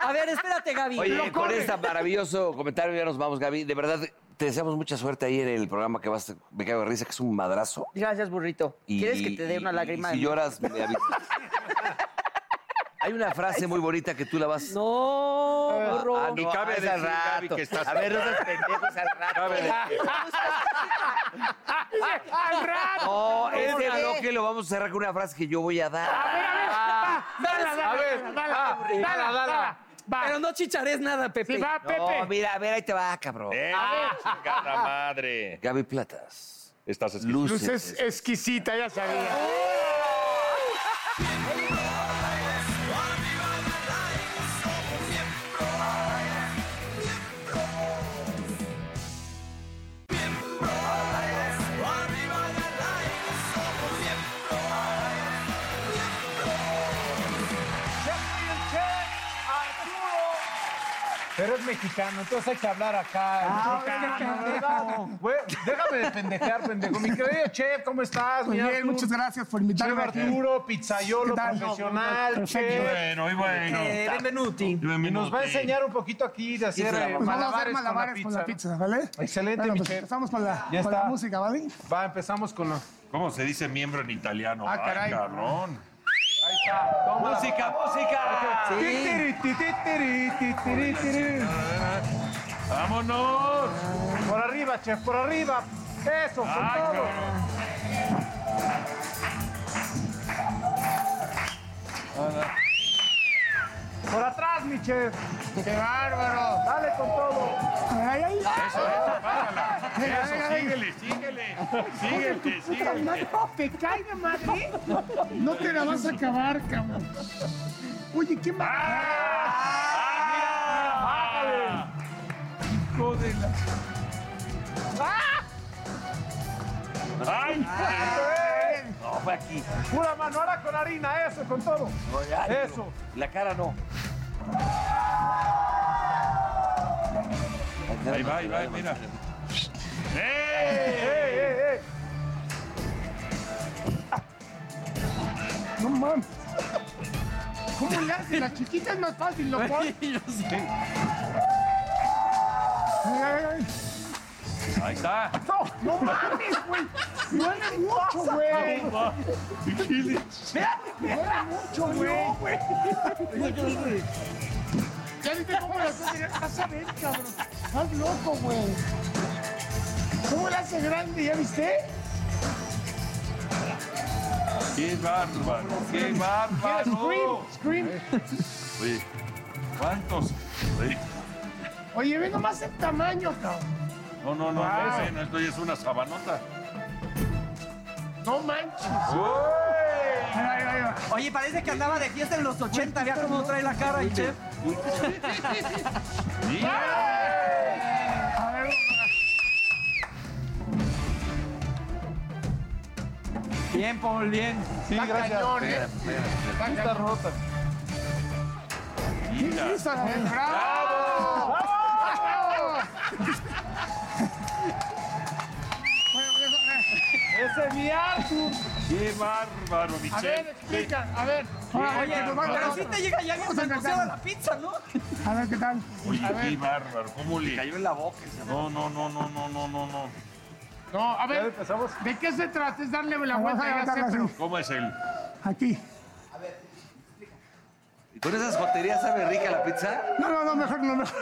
D: A ver, espérate, Gaby.
G: Oye, con este maravilloso comentario ya nos vamos, Gaby. De verdad, te deseamos mucha suerte ahí en el programa que vas, me cago de risa, que es un madrazo.
M: Gracias, burrito.
G: Y-
M: ¿Quieres que te dé
G: y-
M: una
G: y
M: lágrima?
G: Si
M: de-
G: lloras, me avisas. Hay una frase muy bonita que tú la vas...
D: No,
G: burro. Ah,
B: Ni
G: no,
B: cabe
G: ah, es
B: decir,
G: al
B: Gaby,
G: rato.
B: que estás...
G: A ver, no seas
M: pendejos al rato.
B: Cabe decir.
E: ¡Al rato!
G: No, este
E: ¿Por qué?
G: bloque lo vamos a cerrar con una frase que yo voy a dar.
E: Dala, dala,
G: A ver,
E: dala,
G: ah,
E: dala, dala,
G: dala, dala.
E: dala. Va.
D: Pero no chichares nada, Pepe.
E: Sí, va,
G: No,
E: Pepe.
G: mira, a ver, ahí te va, cabrón.
B: Eh, chingada madre!
G: Gaby Platas.
B: Estás
E: Luces exquisita, ya sabía. Pero es mexicano, entonces hay que hablar acá.
F: Güey, déjame de pendejear, pendejo. Mi querido chef, ¿cómo estás?
E: Muy
F: Mi
E: bien,
F: Artur.
E: muchas gracias por invitarme
F: Chef
E: aquí.
F: Arturo, pizzaiolo
E: ¿Qué tal?
F: profesional,
E: Perfecto.
F: chef.
E: Bueno, y bueno. Eh,
F: benvenuti. Y nos va a enseñar un poquito aquí de hacer eh,
E: Pues Vamos a hacer
F: malabares,
E: malabares con la
F: pizza.
E: pizza, ¿vale?
F: Excelente,
E: Bueno,
F: mi
E: pues
F: chef.
E: empezamos con la,
F: Ya
E: con
F: está.
E: la música, ¿vale?
F: Va, empezamos con la...
B: ¿Cómo se dice miembro en italiano?
E: Ah,
B: Ay,
E: caray.
B: cabrón.
F: Ahí está. Toma la-
B: Música, música.
F: Ok.
B: Sí.
F: Titiri, titiri, titiri, titiri.
B: ¡Vámonos!
F: Por arriba, chef, por arriba. Eso, con
B: Ay,
F: todo. Por atrás, mi chef.
E: ¡Qué bárbaro!
F: Dale con todo.
E: ¡Ay, ay!
B: Eso, eso, pásala.
E: Venga,
B: Eso,
E: venga, venga.
B: síguele, síguele. Síguele,
E: Puta madre,
B: síguele.
E: ¡Te caiga, madre! No te la vas a acabar, cabrón. Oye, ¿qué más?
B: ¡Ah!
E: ¡Hijo de la... ¡Ah!
B: ¡Ay!
G: No, fue aquí.
F: Pura mano, ahora con harina, eso, con todo.
G: No, ya, ya,
F: Eso.
G: no. La cara no.
B: Ahí va, ahí va, mira.
F: ¡Ey, ey, ey!
E: ¡No mames! ¿Cómo le haces? La chiquita es más fácil, ¿no? Paul? Ay, ay, ay.
B: Ahí está.
E: ¡No, no mames, güey! ¡Duele mucho, güey! Espérate, ¡Duele mucho, güey! Ya viste cómo lo hace grande. Vas a ver, cabrón. Estás loco, güey. ¿Cómo lo hace grande? ¿Ya viste?
B: ¡Qué bárbaro! ¡Qué bárbaro!
E: Scream, scream.
B: Oye, ¿cuántos? Oye,
E: Oye, ve nomás el tamaño, cabrón.
B: No, no, no,
E: Wow.
B: ese, no, esto ya es una sabanota.
E: No manches.
B: ¡Uy!
K: Oye, parece que andaba de fiesta en los 80. Vea cómo trae la cara el chef.
N: Bien, Paul, bien. Sí,
E: Está
N: gracias.
E: cañón, ¿eh?
N: Está rota.
E: Mira.
N: Bravo.
E: ¡Bravo!
N: ¡Ese es mi Arthur!
L: ¡Qué bárbaro,
N: A ver, explica, a ver. Ahora,
K: Oye,
N: que nos va a
K: pero
N: dar
K: sí
N: otra.
K: te llega ya bien
N: Vamos a
K: sancochada
N: cantar.
K: la pizza, ¿no?
N: A ver qué tal. A ver.
L: qué bárbaro. ¿Cómo le cayó en la boca? No, no, no, no, no, no, no, no.
E: No, a ver. ¿De qué se trata? Es darle la
N: Vamos
E: vuelta
N: a
E: y ya
N: levantarla
E: sé, pero-
L: ¿Cómo es él?
N: Aquí.
G: ¿Con esas joterías sabe rica la pizza?
N: No, no, no, mejor no. Mejor,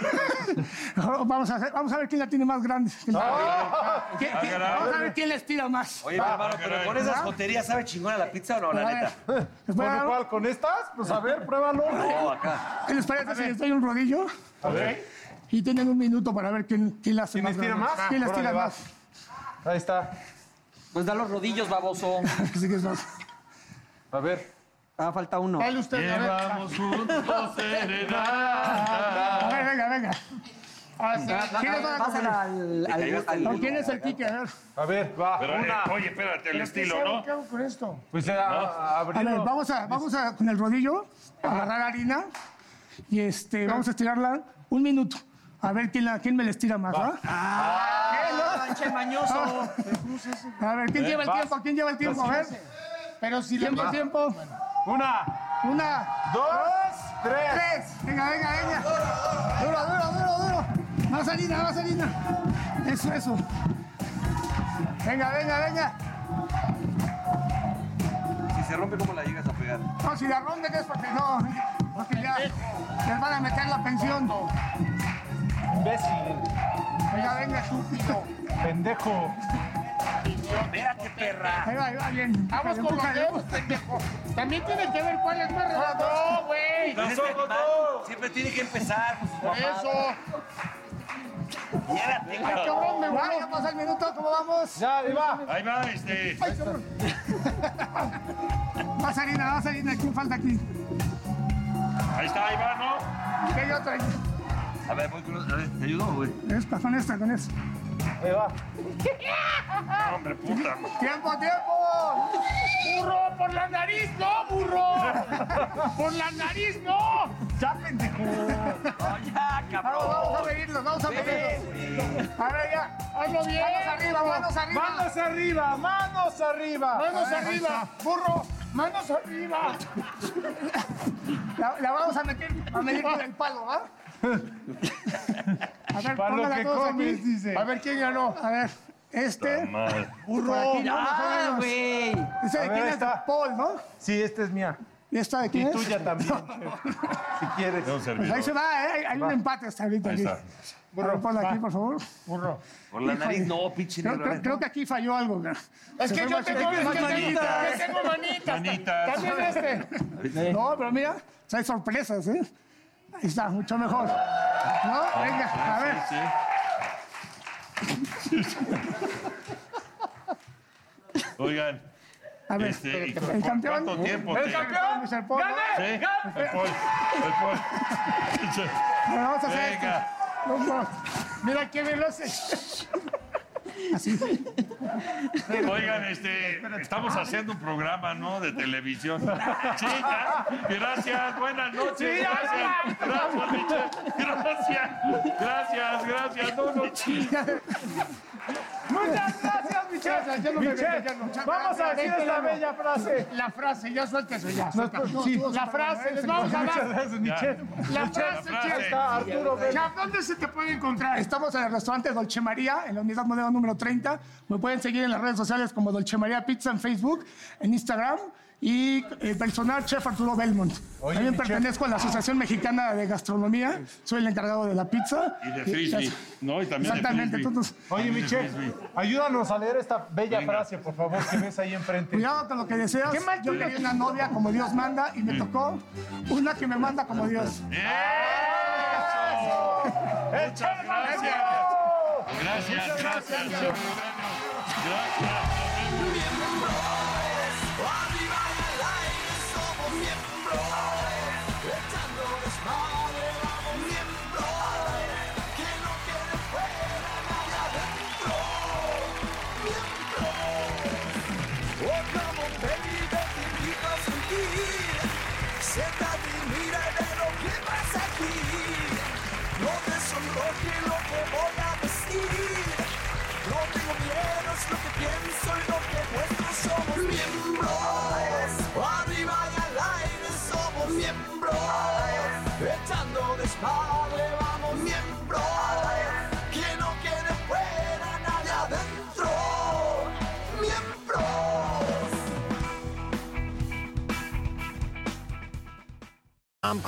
N: Mejor vamos, a hacer- vamos a ver quién la tiene más grande.
F: Ah.
E: ¿Qué- qué- Vamos a ver quién les tira más.
G: Oye, mi hermano, pero con
L: ¿Ah?
G: esas joterías sabe chingona la pizza o no, la neta.
N: ¿Con cuál? ¿Con estas? Pues a ver, pruébalo.
G: No, acá.
N: ¿Qué les parece si les doy un rodillo?
L: A ver.
N: Y tienen un minuto para ver quién, quién la hace
F: ¿Quién
N: más.
F: les tira
N: grande.
F: más?
N: ¿Quién las
F: Órale,
N: tira
F: va.
N: más? Ahí está.
K: Pues da los rodillos, baboso.
N: Así que es más.
F: A ver.
K: Ah, falta uno.
N: Dale usted, a ver. Llevamos juntos serenata. A ver, venga, venga.
E: Ah, sí.
N: ¿Quién les va a
K: Pásenla al-
N: coger?
K: al-
N: ¿Quién
K: al-
N: no, ¿Quién es el Kike? A ver.
F: A ver, va.
L: Pero, eh,
F: una.
L: oye, espérate, el
N: ¿Pero qué
L: estilo,
N: hago?
L: ¿no?
N: ¿Qué hago con esto?
F: Pues a, a
N: A ver,
F: abrirlo.
N: vamos a, vamos a con el rodillo, agarrar harina y este, vamos a estirarla un minuto. A ver quién, la, quién me la estira más, ¿va?
K: ¡Ah! ¡Che mañoso!
N: Ah. A ver, ¿quién
F: Eh,
N: lleva el
F: vas.
N: tiempo? ¿Quién lleva el tiempo? A ver.
E: Pero si
N: ¿Quién
E: le
N: lleva el tiempo?
F: Una,
N: Una,
F: dos, tres.
N: tres. Venga, venga, venga. Duro, duro, duro, duro. Más harina, más harina. Eso, eso. Venga, venga, venga.
G: Si se rompe, ¿cómo la llegas a pegar?
N: No, si la ronden es porque no. Porque ya les van a meter la pensión.
F: Imbécil.
N: Venga, venga, estúpido.
F: Pendejo.
E: Espérate, perra.
N: Ahí va, ahí va, bien.
E: Vamos con los
N: Empújale.
E: dedos, pendejo. También tienen que ver cuál es más redondo. No, güey.
G: Pues es que,
E: Por
G: man, Siempre tiene que empezar.
E: eso.
N: Ay, cabrón, me voy. Ya pasó el minuto, ¿cómo vamos?
F: Ya, ahí va.
L: Ahí va, este.
N: Ay, cabrón. Más harina, más harina. ¿Quién falta aquí?
L: Ahí está, ahí va, ¿no?
N: ¿Qué hay otra?
G: A ver, voy con- a ver, ¿te ayudo, güey?
N: Esta, con esta, con esta.
F: Ahí va.
L: No, hombre, puta. no.
N: ¡Tiempo, tiempo!
E: Burro, por la nariz, no, burro. Por la nariz, no.
N: ¡Ya, pendejo!
G: Ya,
N: Vamos,
G: cabrón.
N: vamos a medirlos, vamos a medirlos. A ver, ya.
E: Hazlo bien.
N: Manos arriba, manos arriba.
F: Manos arriba, manos arriba.
E: Manos
N: A ver, ahí
E: arriba, burro. Manos arriba.
N: La, la vamos a meter a medir con el palo, ¿va? A ver,
F: Para lo
N: póngala
F: que
N: todos
F: comes,
N: aquí.
F: dice.
E: A ver quién ganó.
N: A ver, este.
L: Mal.
N: Burro.
K: ¡Ah,
N: Ese
K: güey!
N: de
F: A ver,
N: quién es
F: esta.
N: Paul, ¿no?
F: Sí, esta es mía.
N: ¿Y esta de quién
F: Y
N: es?
F: tuya también, si quieres.
L: De un
N: Pues ahí se
L: servidor.
N: va, ¿eh? Hay, hay un empate hasta ahorita.
L: Ahí
N: aquí.
L: está.
N: Burro, ponla aquí, por favor.
E: Burro.
G: Con la nariz, no, pinche
N: Creo,
G: negro.
N: creo- creo que aquí falló algo. ¿no?
E: Es
N: Se
E: que
N: fue
E: yo
N: más-
E: tengo, es que tengo,
N: manita,
E: es que tengo manitas.
L: Manitas.
E: También este.
N: No, pero mira, hay sorpresas, ¿eh? Ahí está, mucho mejor. ¿No? Venga, a ver.
L: Oigan,
N: A ver,
L: este, ¿y
N: el
L: cu-
N: campeón.
L: ¿cuánto tiempo?
N: ¡El
L: te-
N: campeón! Mr. Paul, ¿no?
L: ¿Sí? El Paul, el Paul.
N: Bueno, vamos a hacer esto.
L: Venga.
N: Vamos.
E: Mira qué veloz es.
L: Oigan, este, estamos haciendo un programa, ¿no? De televisión. Sí, ah, gracias, buenas noches. Gracias, gracias, Michelle. Gracias, gracias, gracias. No, no.
E: Muchas gracias, Michelle.
N: Ya no me
F: Michelle,
N: vengo, ya no.
F: vamos a decir
N: Vente,
F: esta
N: Lalo.
F: bella frase.
E: La frase, ya suelta eso ya.
F: Nos- sí.
E: La frase, les vamos a
F: Muchas
E: dar.
F: gracias, Michelle.
E: La frase,
L: frase.
E: Chef.
F: Está Arturo Vélez.
E: Chef, ¿dónde se te puede encontrar?
N: Estamos en el restaurante Dolce María, en la unidad modelo número 30. Me pueden seguir en las redes sociales como Dolce María Pizza en Facebook, en Instagram y el personal chef Arturo Belmont.
F: Oye,
N: También
F: mi chef.
N: pertenezco a la Asociación Mexicana de Gastronomía. Soy el encargado de la pizza.
L: Y de frisbee. No, y también de
N: Exactamente.
L: frisbee.
N: Entonces,
F: Oye, Michelle, ayúdanos a leer esta bella
L: Venga.
F: frase, por favor, que ves ahí enfrente.
N: Cuidado con lo que deseas.
E: Qué mal
N: Yo
E: que-
N: tenía una novia como Dios manda y me tocó una que me manda como
L: ¡Eso!
N: Dios.
L: Muchas gracias. Gracias, gracias. Gracias. somos miembros, echando desmadre, vamos miembros, que no quede fuera nadie adentro, miembros. Oh, come on, baby, te invito a sentir, siéntate y mira de lo que pasa aquí, no te sonroje lo que voy a decir, no tengo miedo, es lo que pienso y lo que muestro, somos miembros, arriba y al aire somos miembros, echando desmadre vamos miembros, que no quede fuera nadie adentro, miembros.
Q: I'm